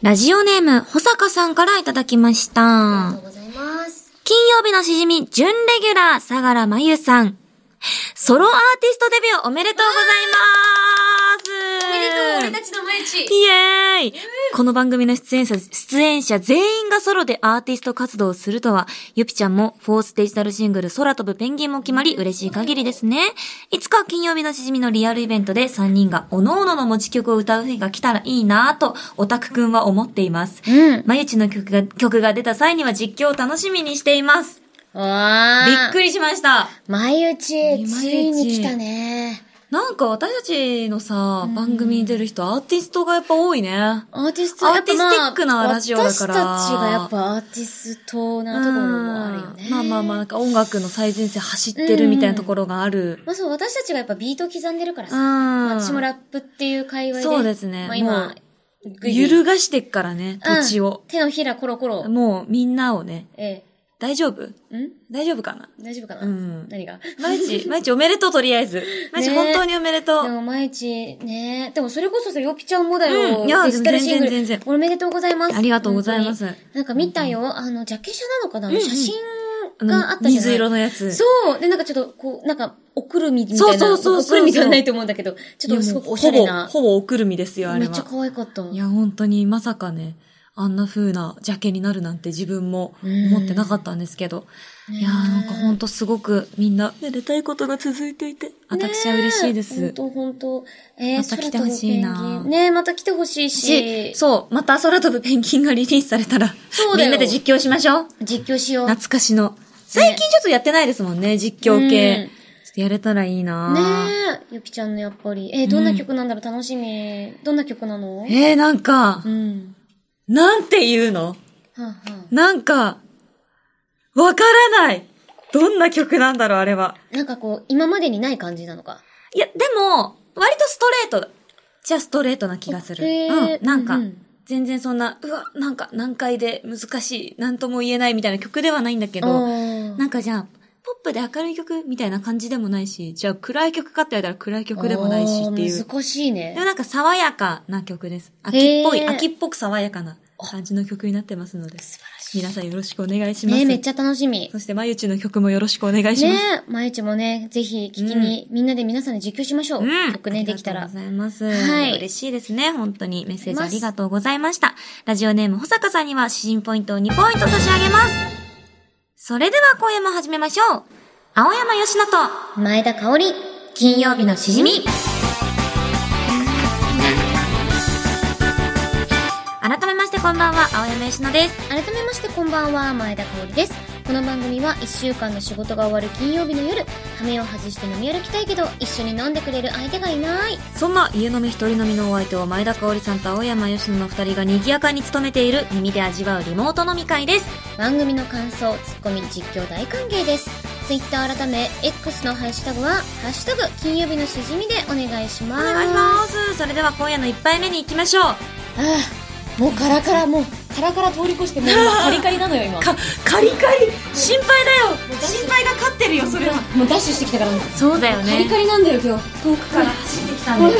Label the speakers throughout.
Speaker 1: ラジオネーム、保坂さんからいただきまし
Speaker 2: あ
Speaker 1: た
Speaker 2: りがと。うございます。
Speaker 1: 金曜日のしじみ、準レギュラー、相良真由さん。ソロアーティストデビューおめでとう
Speaker 2: おめでとう
Speaker 1: ございます
Speaker 2: 俺たちの毎日。
Speaker 1: イエーイこの番組の出演者、出演者全員がソロでアーティスト活動をするとは、ゆぴちゃんもフォースデジタルシングル空飛ぶペンギンも決まり嬉しい限りですね。いつか金曜日のしじみのリアルイベントで3人が各々の持ち曲を歌う日が来たらいいなぁと、オタクくんは思っています。
Speaker 2: うん。
Speaker 1: まゆちの曲が、曲が出た際には実況を楽しみにしています。
Speaker 2: わ
Speaker 1: び
Speaker 2: ー。
Speaker 1: っくりしました。
Speaker 2: 毎日、
Speaker 1: 毎日
Speaker 2: ついに来たね。
Speaker 1: なんか私たちのさ、番組に出る人、アーティストがやっぱ多いね。
Speaker 2: アーティスト、や
Speaker 1: アー
Speaker 2: っぱまあ
Speaker 1: ティスティックなラジオだから
Speaker 2: 私たちがやっぱアーティストなところもあるよね
Speaker 1: う。んまあまあまあ、なんか音楽の最前線走ってるみたいなところがある。
Speaker 2: まあそう、私たちがやっぱビート刻んでるから
Speaker 1: う
Speaker 2: さ。
Speaker 1: ん。
Speaker 2: まあ私もラップっていう界隈で。
Speaker 1: そうですね
Speaker 2: ま
Speaker 1: も
Speaker 2: あ今、ぐいぐい
Speaker 1: 揺るがしてっからね、
Speaker 2: うん
Speaker 1: 土地を。
Speaker 2: 手のひらコロコロ。
Speaker 1: もうみんなをね、
Speaker 2: え
Speaker 1: 大丈夫
Speaker 2: え。ん
Speaker 1: 大丈夫かな
Speaker 2: 大丈夫かな、
Speaker 1: うん
Speaker 2: 何が
Speaker 1: 毎 日、毎日おめでとうとりあえず。毎日
Speaker 2: ね
Speaker 1: 本当におめでと
Speaker 2: で
Speaker 1: う。
Speaker 2: も毎日ね、でもそれこそさ、よぴちゃんもだよ。
Speaker 1: うんいや
Speaker 2: デジタルシングル
Speaker 1: 全然全然
Speaker 2: おめでとうございます。
Speaker 1: ありがとうございます
Speaker 2: 本当になんか見たよ、あの、ジャケ写なのかな、あの
Speaker 1: うんうん
Speaker 2: 写真
Speaker 1: あの
Speaker 2: があったじゃない
Speaker 1: 水色のやつ。
Speaker 2: そうで、なんかちょっと、こう、なんか、おくるみみたいな。
Speaker 1: そうそうそうそう
Speaker 2: おくるみではないと思うんだけど、ちょっとすごくおしゃれ
Speaker 1: いやもう
Speaker 2: な。
Speaker 1: ほぼ、ほぼおくるみですよ、あ
Speaker 2: め
Speaker 1: れ
Speaker 2: っちゃ
Speaker 1: は。
Speaker 2: 可愛かった。
Speaker 1: いや、本当にまさかね、あんな風なジャケになるなんて自分も思ってなかったんですけど。
Speaker 2: ね
Speaker 1: い
Speaker 2: え
Speaker 1: やー、なんか本当すごくみんな、めでたいことが続いていて、私は嬉しいです。
Speaker 2: 本当本当えー、
Speaker 1: また来てほしいな
Speaker 2: 空飛ぶペンギンねまた来てほしいし
Speaker 1: し、、そう、また空飛ぶペンギンがリリースされたら、
Speaker 2: そうだ
Speaker 1: みん
Speaker 2: よ
Speaker 1: なで実況しましょう。
Speaker 2: 実況しよう。
Speaker 1: 懐かしの。最近ちょっとやってないですもんね、実況系。
Speaker 2: うん
Speaker 1: ちょっとやれたらいいな
Speaker 2: ね
Speaker 1: ー
Speaker 2: え、ゆきちゃんのやっぱり。えーどんな曲なんだろう、楽しみ。どんな曲なの
Speaker 1: えー、なんか
Speaker 2: う、ん。
Speaker 1: なんて言うの
Speaker 2: はあ、はあ、
Speaker 1: なんか、わからないどんな曲なんだろう、あれは。
Speaker 2: なんかこう、今までにない感じなのか。
Speaker 1: いや、でも、割とストレート。じゃあストレートな気がする。
Speaker 2: へ
Speaker 1: う
Speaker 2: ー
Speaker 1: ん。なんか、
Speaker 2: うんうん
Speaker 1: 全然そんな、うわ、なんか難解で難しい、なんとも言えないみたいな曲ではないんだけど、
Speaker 2: あ
Speaker 1: なんかじゃあ、ポップで明るい曲みたいな感じでもないし、じゃあ暗い曲かって言われたら暗い曲でもないしっていう。
Speaker 2: 難しい
Speaker 1: でも
Speaker 2: ね。
Speaker 1: なんか爽やかな曲です。秋っぽい、
Speaker 2: へー
Speaker 1: 秋っぽく爽やかな感じの曲になってますので、
Speaker 2: 素晴らしい。
Speaker 1: 皆さんよろしくお願いします。
Speaker 2: ねえ、めっちゃ楽しみ。
Speaker 1: そして、まゆちの曲もよろしくお願いします。
Speaker 2: ねえ、まゆちもね、ぜひ聞きに、みんなで皆さんで実況しましょう。曲ね、できた
Speaker 1: あ
Speaker 2: ら
Speaker 1: りが。とうございます。
Speaker 2: はい
Speaker 1: 嬉しいですね。本当にメッセージ
Speaker 2: あ
Speaker 1: あ
Speaker 2: り
Speaker 1: り
Speaker 2: が
Speaker 1: がとうございました。ラジオネーム、保坂さんには、詩人ポイントを2ポイント差し上げます。それでは、今夜も始めましょう。青山よしと、
Speaker 2: 前田香織、
Speaker 1: 金曜日のしじみ。改めまして、こんばんは、青山よしです。
Speaker 2: 改めましてこんばんは前田香織ですこの番組は1週間の仕事が終わる金曜日の夜羽目を外して飲み歩きたいけど一緒に飲んでくれる相手がいない
Speaker 1: そんな家飲み一人飲みのお相手を前田香織さんと青山よしの二人が賑やかに務めている耳で味わうリモート飲み会です。
Speaker 2: 番組の感想ツッコミ実況大歓迎です Twitter 改め X のハッシュタグは「ハッシュタグ金曜日のしじみ」でお願いし
Speaker 1: お
Speaker 2: ます
Speaker 1: 願いします。それでは今夜の一杯目に行きましょう。
Speaker 2: ああもうカラカラもうカラカラ通り越してもう今カリカリなのよ今
Speaker 1: かカリカリ心配だよ心配が勝ってるよそれは
Speaker 2: もうダッシュしてきたからもう
Speaker 1: そうだよ
Speaker 2: カリカリなんだよ今日
Speaker 1: 遠くから走ってきたんだよね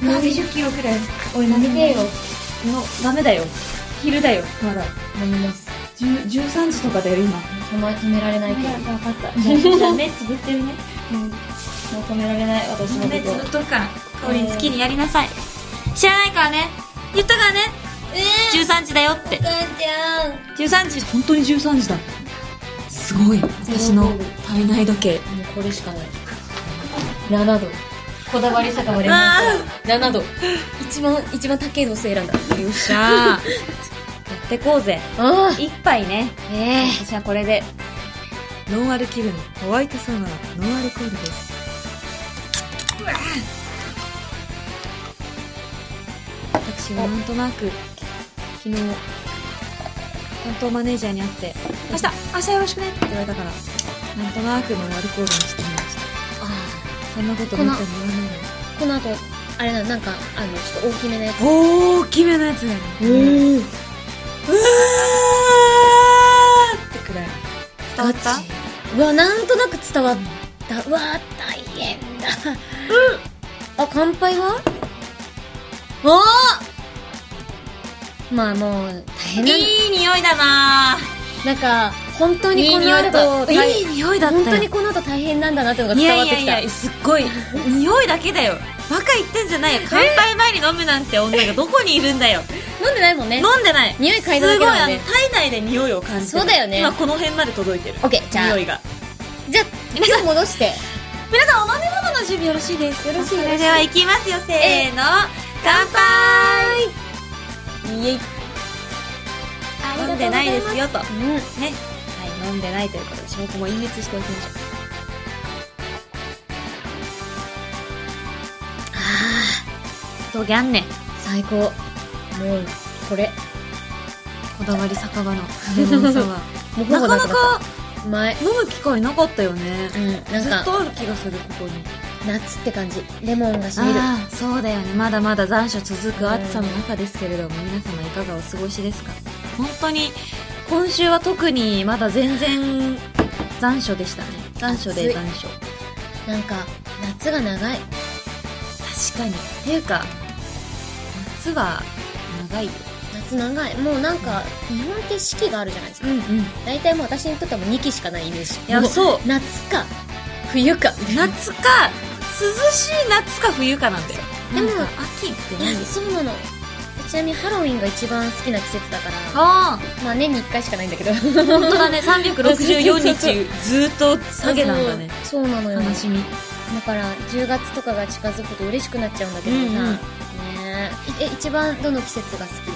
Speaker 1: 180キロくらい
Speaker 2: おい飲みてえよ
Speaker 1: のダメだよ昼だよまだ
Speaker 2: 飲みます
Speaker 1: 10 13時とかだよ今
Speaker 2: お前止められないけど
Speaker 1: 分かったじゃあ目つぶってるね
Speaker 2: もう止められない私のこ
Speaker 1: 目つ
Speaker 2: と
Speaker 1: ぶっとくからかおりん好きにやりなさい知らないからね言ったからね
Speaker 2: え
Speaker 1: 13時だよって
Speaker 2: ー、お母ちゃん
Speaker 1: 13時本当に13時だすごい私の体内時計
Speaker 2: もうこれしかない7度こだわり酒場で
Speaker 1: わ
Speaker 2: 7度一番一番高いのせ選んだ
Speaker 1: ーよっしゃー やってこうぜ
Speaker 2: あ
Speaker 1: 一杯ね
Speaker 2: ええ
Speaker 1: 私はこれでノンアル気分ホワイトサワーノンアルコールです私はなんとなく昨日担当マネージャーに会って「明日明日よろしくね」って言われたからなんとなくノンアルコールにしてみました
Speaker 2: あ
Speaker 1: そんなことめったに言わないです
Speaker 2: ーこの後あれなのなんかあのちょっと大きめのやつ
Speaker 1: 大きめのやつだよね
Speaker 2: ええ
Speaker 1: うわーってくらい伝わった
Speaker 2: うわなんとなく伝わったうわ大変だうんあ乾杯はおおまあもう大変なの
Speaker 1: いい匂いだな
Speaker 2: なんか本当にこ
Speaker 1: いい
Speaker 2: の
Speaker 1: 匂いだ
Speaker 2: 後大
Speaker 1: いい匂いだったよ
Speaker 2: 本当にこの後大変なんだなっていうのが
Speaker 1: い
Speaker 2: 伝
Speaker 1: や
Speaker 2: わっ
Speaker 1: い
Speaker 2: てきた
Speaker 1: やいやすっごい匂いだけだよバカ言ってんじゃないよ乾杯前に飲むなんて女がどこにいるんだよ
Speaker 2: 飲んでないもんね
Speaker 1: 飲んでない
Speaker 2: 匂い嗅いだだけだもんね
Speaker 1: すごいあの体内で匂いを感じてる
Speaker 2: そうだよね
Speaker 1: 今この辺まで届いてる
Speaker 2: オッケーじゃあ
Speaker 1: 匂いが
Speaker 2: じゃあ
Speaker 1: 皆
Speaker 2: 手を戻して
Speaker 1: 皆さんお飲み物の準備よろしいです
Speaker 2: よろしい
Speaker 1: そ
Speaker 2: よろしい
Speaker 1: れではいきますよせーの乾杯イエイ飲んでないですよとね
Speaker 2: うん
Speaker 1: はい飲んでないということで証拠も隠滅しておきましょう
Speaker 2: あ
Speaker 1: どぎゃんね
Speaker 2: あ最高もうこれ
Speaker 1: こだわり酒場 のレモンサワー
Speaker 2: もう
Speaker 1: なかな
Speaker 2: か
Speaker 1: か
Speaker 2: うまい
Speaker 1: 飲む機会なかったよね
Speaker 2: うんなん
Speaker 1: ずっ
Speaker 2: か
Speaker 1: とある気がするここに
Speaker 2: 夏って感じレモンがしみる
Speaker 1: ああそうだよねまだまだ残暑続く暑さの中ですけれども皆様いかがお過ごしですか本当に今週は特にまだ全然残暑でしたね残暑
Speaker 2: 暑
Speaker 1: で
Speaker 2: い
Speaker 1: 残暑
Speaker 2: なんか夏が長い
Speaker 1: 確かにっていうか夏は長いよ
Speaker 2: 夏長いもうなんか日本って四季があるじゃないですか
Speaker 1: うんうんい
Speaker 2: 大体もう私にとってはもう2期しかないイメージ
Speaker 1: や
Speaker 2: も
Speaker 1: そう
Speaker 2: 夏か冬かみたいな
Speaker 1: 夏か涼しい夏か冬かなんだよ
Speaker 2: でも
Speaker 1: なんか秋って
Speaker 2: いや
Speaker 1: 何です
Speaker 2: そうなのちなみにハロウィンが一番好きな季節だから
Speaker 1: あ
Speaker 2: まあ年に1回しかない んだけど
Speaker 1: あ本当だね364日ずっと下げなんだね
Speaker 2: そうなのよ
Speaker 1: 楽しみ
Speaker 2: だから10月とかが近づくと嬉しくなっちゃうんだけどさ、
Speaker 1: うんうん
Speaker 2: ねええ一番どの季節が好きな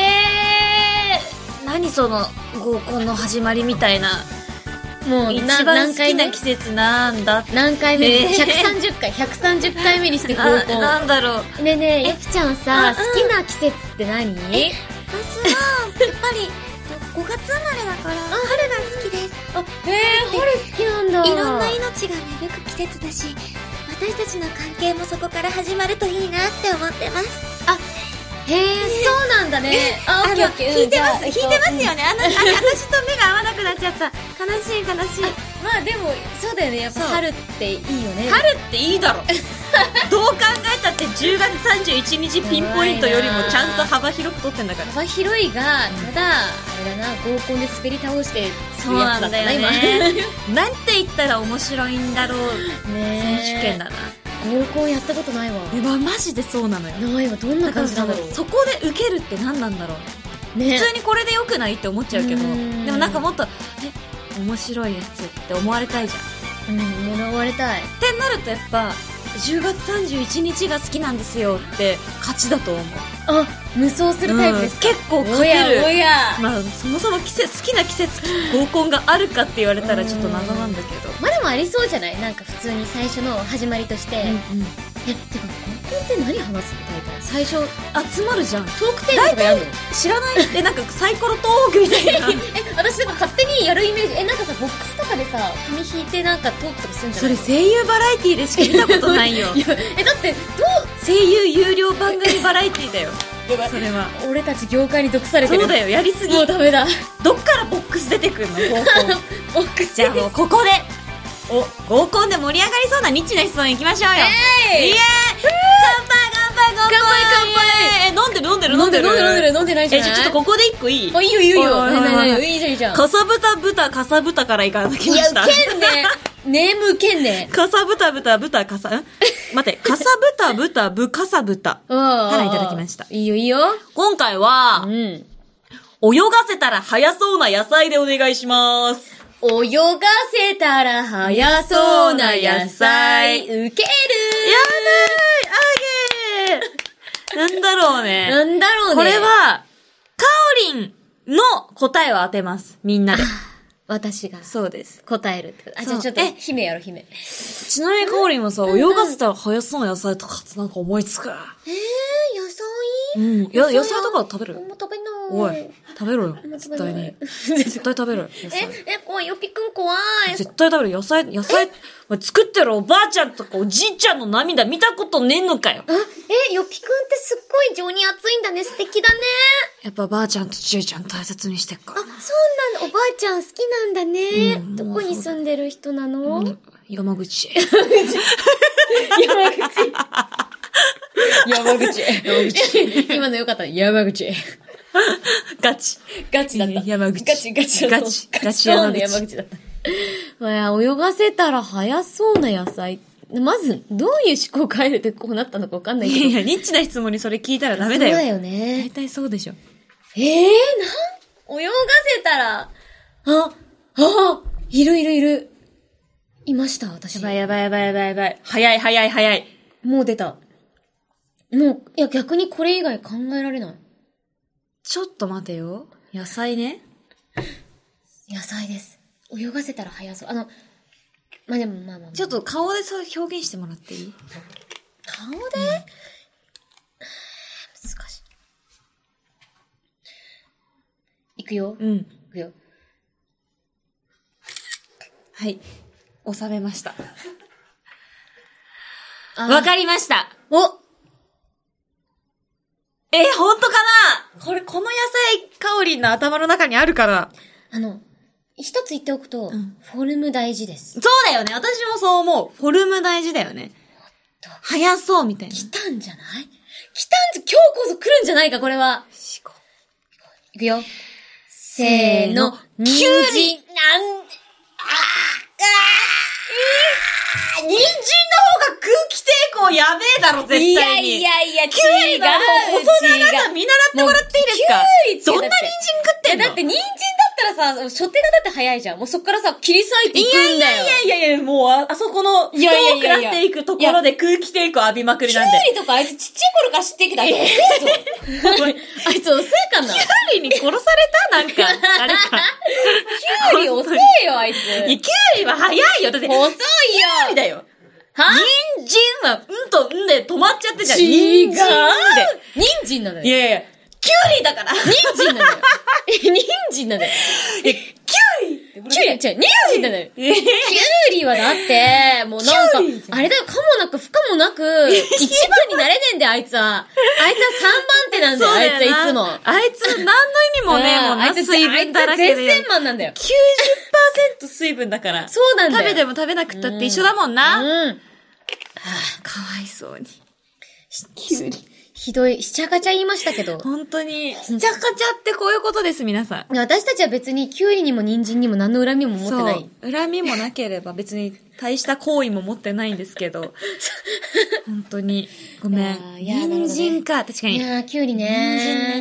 Speaker 2: の
Speaker 1: えー、何その合コンの始まりみたいな
Speaker 2: もう
Speaker 1: 一
Speaker 2: な
Speaker 1: 番好き
Speaker 2: 目
Speaker 1: な季節なんだって
Speaker 2: 何回目
Speaker 1: えー
Speaker 2: 130回130回目にして合
Speaker 1: な
Speaker 2: コン
Speaker 1: なんだろう
Speaker 2: ねえねえ
Speaker 1: え
Speaker 2: ゆきちゃんさ、
Speaker 1: うんうん
Speaker 2: 好きな季節って何
Speaker 1: え私はやっぱり5月生まれだから春が好きです
Speaker 2: あえー、春好きなんだ
Speaker 1: 命が芽吹く季節だし私たちの関係もそこから始まるといいなって思ってます
Speaker 2: へえそうなんだねあオッケーオッケー
Speaker 1: 引いてます
Speaker 2: うん
Speaker 1: 引い
Speaker 2: じ
Speaker 1: て
Speaker 2: ゃあ
Speaker 1: ますよねあのあ私と目が合わなくなっちゃった悲しい悲しい
Speaker 2: うんまあでもそうだよねやっぱ
Speaker 1: そう
Speaker 2: 春っていいよね
Speaker 1: 春っていい だろどう考えたって10月31日ピンポイントよりもちゃんと幅広く取ってんだから
Speaker 2: 幅広いがただあれだな合コンで滑り倒してっていうやつだったな今
Speaker 1: なんて言ったら面白いんだろう選
Speaker 2: ね
Speaker 1: 手権だな
Speaker 2: 合コンやったことないわ
Speaker 1: えまマジでそうなのよ
Speaker 2: ないわどんな
Speaker 1: だか
Speaker 2: 感
Speaker 1: ら
Speaker 2: じな
Speaker 1: そ
Speaker 2: んだろう
Speaker 1: そこで受けるって何なんだろう
Speaker 2: ね
Speaker 1: 普通にこれでよくないって思っちゃうけど
Speaker 2: うん
Speaker 1: でもなんかもっとえ面白いやつって思われたいじゃんっ
Speaker 2: うんもらわれたい
Speaker 1: てなるとやっぱ10月31日が好きなんですよって勝ちだと思う
Speaker 2: あ無双するタイプです
Speaker 1: うん結構勝
Speaker 2: お
Speaker 1: て
Speaker 2: や
Speaker 1: る
Speaker 2: おや
Speaker 1: まあ、そもそも季節好きな季節合コンがあるかって言われたらちょっと謎なんだけど、
Speaker 2: まあでもありそうじゃないなんか普通に最初の始まりとして、えてか合コンって何話すの大体最初
Speaker 1: 集まるじゃん
Speaker 2: トークテーマとかやるの
Speaker 1: 知ら ないでなんかサイコロトークみたいな
Speaker 2: え私なんか勝手にやるイメージえなんかさボックスとかでさ紙引いてなんかトークとかするんじゃ
Speaker 1: そ
Speaker 2: ない
Speaker 1: れ
Speaker 2: の
Speaker 1: 声優バラエティでしか見たことないよ
Speaker 2: いやえだって
Speaker 1: 声優有料番組バラエティだよ
Speaker 2: やばい
Speaker 1: それは
Speaker 2: 俺たち業界に毒されてる
Speaker 1: そうだよやりすぎ
Speaker 2: もうダメだ
Speaker 1: どっからボックス出てくるの 合コン
Speaker 2: ボックス
Speaker 1: じゃあもうここでお合コンで盛り上がりそうなニッチな質問いきましょうよ、イエーイ乾杯乾杯乾杯乾杯乾杯え飲んでる飲
Speaker 2: 飲
Speaker 1: ん
Speaker 2: ん
Speaker 1: で
Speaker 2: で
Speaker 1: る
Speaker 2: る
Speaker 1: 飲ん
Speaker 2: 飲ん
Speaker 1: で
Speaker 2: で
Speaker 1: る
Speaker 2: る飲んでる飲んでないじゃ
Speaker 1: え
Speaker 2: な
Speaker 1: じ
Speaker 2: い
Speaker 1: ゃあちょっとここで一個いい
Speaker 2: あいいよいいよいいよ
Speaker 1: おいおい
Speaker 2: ないない
Speaker 1: お
Speaker 2: ないいいいじゃんいいじゃん
Speaker 1: かさぶた豚かさぶたからいかなき
Speaker 2: い
Speaker 1: ま
Speaker 2: や
Speaker 1: した
Speaker 2: ウケんねネームウケんね
Speaker 1: かさぶた豚豚かさん待ってかさぶた豚ぶかさぶた
Speaker 2: か
Speaker 1: からいただきました
Speaker 2: いいよいいよ
Speaker 1: 今回
Speaker 2: う
Speaker 1: は
Speaker 2: ん
Speaker 1: 泳がせたら早そうな野菜でお願いします
Speaker 2: 泳がせたら早そうな野菜ウケる
Speaker 1: やばいあげーなんだろうね
Speaker 2: なんだろうね
Speaker 1: これはかおりんの答えを当てますみんなで
Speaker 2: 私が
Speaker 1: そうです
Speaker 2: 答えるってことあじゃ
Speaker 1: そう
Speaker 2: あちょっと
Speaker 1: え
Speaker 2: 姫やろ姫
Speaker 1: ちなみにかおりんはさ
Speaker 2: ん
Speaker 1: 泳がせたら早そうな野菜とかってなんか思いつく
Speaker 2: えー、野菜
Speaker 1: うんや野菜とか食べる
Speaker 2: もう食べない
Speaker 1: おい、食べろよ。
Speaker 2: もう
Speaker 1: 絶
Speaker 2: 食べ
Speaker 1: 対
Speaker 2: な
Speaker 1: に
Speaker 2: い。
Speaker 1: 絶対食べろよ。野
Speaker 2: え
Speaker 1: 菜
Speaker 2: え怖いよぴくん怖い
Speaker 1: 絶対食べる。野菜、野菜、お前作ってるおばあちゃんとかおじいちゃんの涙見たことねえのかよ。
Speaker 2: あえよぴくんってすっごい情に熱いんだね素敵だね
Speaker 1: やっぱばあちゃんとじいちゃん大切にしてっか
Speaker 2: あ
Speaker 1: ら
Speaker 2: そうなのおばあちゃん好きなんだね、どこに住んでる人なの、
Speaker 1: 山口。
Speaker 2: 山口 山口。山口。 今のよかった。山口。
Speaker 1: ガチ。
Speaker 2: ガチだった。
Speaker 1: 山口
Speaker 2: ガチガチだった。
Speaker 1: ガチガチ
Speaker 2: 山
Speaker 1: 山
Speaker 2: 口。
Speaker 1: 口
Speaker 2: 山口だった。まあ、泳がせたら早そうな野菜。まず、どういう思考回路でこうなったのかわかんないけ
Speaker 1: い
Speaker 2: ど。
Speaker 1: やいや、ニッチな質問にそれ聞いたらダメだよ。
Speaker 2: そうだよね
Speaker 1: 大。体そうでしょ。
Speaker 2: ええなん、泳がせたら、あ、あ、いるいるいる。いました、私。
Speaker 1: やばいやばいやばいやばいやばい。早い早い早い。
Speaker 2: もう出た。もう、いや、逆にこれ以外考えられない。
Speaker 1: ちょっと待てよ。野菜ね。
Speaker 2: 野菜です。泳がせたら早そう。あの、まあ、でも、まあまあ、
Speaker 1: ちょっと顔でそう表現してもらっていい
Speaker 2: 顔で、難しい。いくよ。い
Speaker 1: うん。
Speaker 2: くよ。
Speaker 1: はい。収めました。
Speaker 2: あ ー
Speaker 1: わかりました。
Speaker 2: お
Speaker 1: えー、ほんとかなこれ、この野菜、カオリンの頭の中にあるかな
Speaker 2: あの、一つ言っておくと、
Speaker 1: ん
Speaker 2: フォルム大事で
Speaker 1: そ
Speaker 2: す。
Speaker 1: うだよね。私もそう思う。フォルム大事だよね。早そうみたいな。
Speaker 2: 来たんじゃない来たんじゃ、今日こそ来るんじゃないか、これは。いくよ。せーの、
Speaker 1: きゅうり
Speaker 2: 人なん、あー
Speaker 1: 人参の方が空気抵抗やべえだろ、絶対に。
Speaker 2: いやいやいや、
Speaker 1: キュウリが
Speaker 2: 違う
Speaker 1: 細長
Speaker 2: 違
Speaker 1: さ
Speaker 2: う
Speaker 1: 見習ってもらっていいですか
Speaker 2: もう
Speaker 1: どんな人参食ってんの
Speaker 2: だって人参だったらさ、初手がだって早いじゃん。もうそっからさ、切り裂いていくんだよ。
Speaker 1: いやいやいや、もうあ、あそこの、
Speaker 2: いやいやいや
Speaker 1: 太く
Speaker 2: いや
Speaker 1: なっていくところで空気抵抗浴びまくり
Speaker 2: キュウ
Speaker 1: なんで。
Speaker 2: リとかあいつちっちゃい頃から知ってきた。あいつ遅いぞあいつ遅いかな。キ
Speaker 1: キュウリに殺されたなんか、 誰か。
Speaker 2: ュウリ遅いよ、あいつ。
Speaker 1: いや、キュウリは早いよ。だって、キュ
Speaker 2: 遅いよ。
Speaker 1: ウリだよ。
Speaker 2: は
Speaker 1: 人参は、うんとうんで止まっちゃってじゃん。
Speaker 2: 違う
Speaker 1: 人参
Speaker 2: 人参なの
Speaker 1: で。い
Speaker 2: よ。
Speaker 1: やいや、キュウリだから。
Speaker 2: 人参なの よ。人参なのよ。
Speaker 1: いやキュウリって
Speaker 2: キュウリ、違う、人参なのよ。
Speaker 1: えー
Speaker 2: キュウリはだっ て、もうなんか
Speaker 1: キュウリじ、ゃん
Speaker 2: あれだよ、かも なく不可もなく、一番になれねえんだよ、あいつは。あいつは三番手なんだよ、
Speaker 1: そう
Speaker 2: あ
Speaker 1: だよ
Speaker 2: いつはいつも。
Speaker 1: なあいつ、何の意味もね
Speaker 2: う、ん
Speaker 1: もう
Speaker 2: あ
Speaker 1: な、
Speaker 2: いつ
Speaker 1: 水分だらけ
Speaker 2: あいつは
Speaker 1: で
Speaker 2: 絶。マンなんだよ。
Speaker 1: 90%水分だから。
Speaker 2: そうなんだよ。
Speaker 1: 食べて
Speaker 2: も
Speaker 1: も食べなくったって一緒だもんな。
Speaker 2: うん。
Speaker 1: かわいそうに。
Speaker 2: キュウリ。ひどい、しちゃかちゃ言いましたけど。
Speaker 1: 本当に、しちゃかちゃってこういうことです、皆さん。
Speaker 2: 私たちは別にキュウリにも人参にも何の恨みも持ってない。
Speaker 1: そう。恨みもなければ別に大した行為も持ってないんですけ ど。本当に。ごめん。
Speaker 2: いやーいやーなるほどね
Speaker 1: 人参か、確かに。
Speaker 2: い
Speaker 1: 人
Speaker 2: やー、キュウリ
Speaker 1: 参
Speaker 2: ね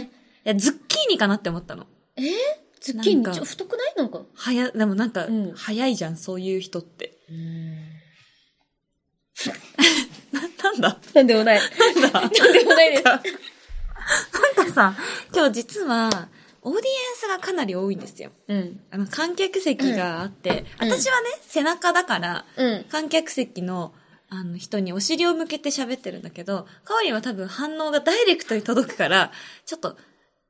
Speaker 1: ね。いや、ズッキーニかなって思ったの。
Speaker 2: ズッキーニ、
Speaker 1: なんか
Speaker 2: ちょ、太くないなんか。
Speaker 1: はや、でもなんか
Speaker 2: うん、
Speaker 1: 早いじゃん、そういう人って。な、なんだ
Speaker 2: なんでもない。
Speaker 1: なんだ
Speaker 2: なんでもないです。
Speaker 1: なんかさ、今日実は、オーディエンスがかなり多いんですよ。
Speaker 2: うん。
Speaker 1: あの、観客席があって、
Speaker 2: うん
Speaker 1: 私はね、背中だから、
Speaker 2: うん。
Speaker 1: 観客席の、あの、人にお尻を向けて喋ってるんだけど、かおりんは多分反応がダイレクトに届くから、ちょっと、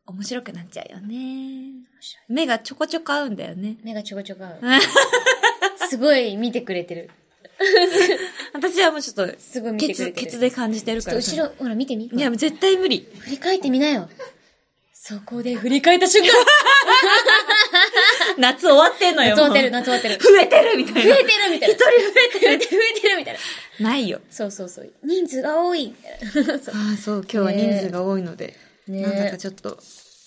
Speaker 1: 面白くなっちゃうよね。目がちょこちょこ合うんだよね。
Speaker 2: 目がちょこちょこ合う。 すごい見てくれてる。
Speaker 1: 私はもうちょっと、
Speaker 2: すごい見て
Speaker 1: ケ
Speaker 2: く
Speaker 1: ツ、
Speaker 2: れてる。
Speaker 1: ケツで感じてる
Speaker 2: ち
Speaker 1: か
Speaker 2: ょっと
Speaker 1: ら。
Speaker 2: 後ろ、ほら見てみ。
Speaker 1: いや、絶対無理。
Speaker 2: 振り返ってみなよ。そこで振り返った瞬間、
Speaker 1: 夏終わってんのよ。
Speaker 2: 夏終わってる、夏終わってる。
Speaker 1: 増えてるみたい
Speaker 2: 増
Speaker 1: な
Speaker 2: え。てるみたいな。一人増えてる。増えてるみたいな。
Speaker 1: ないよ。
Speaker 2: そうそうそう。人数が多 い。みたいなそう
Speaker 1: ああ、そう、今日は人数が多いので、
Speaker 2: ね
Speaker 1: なんだかちょっと、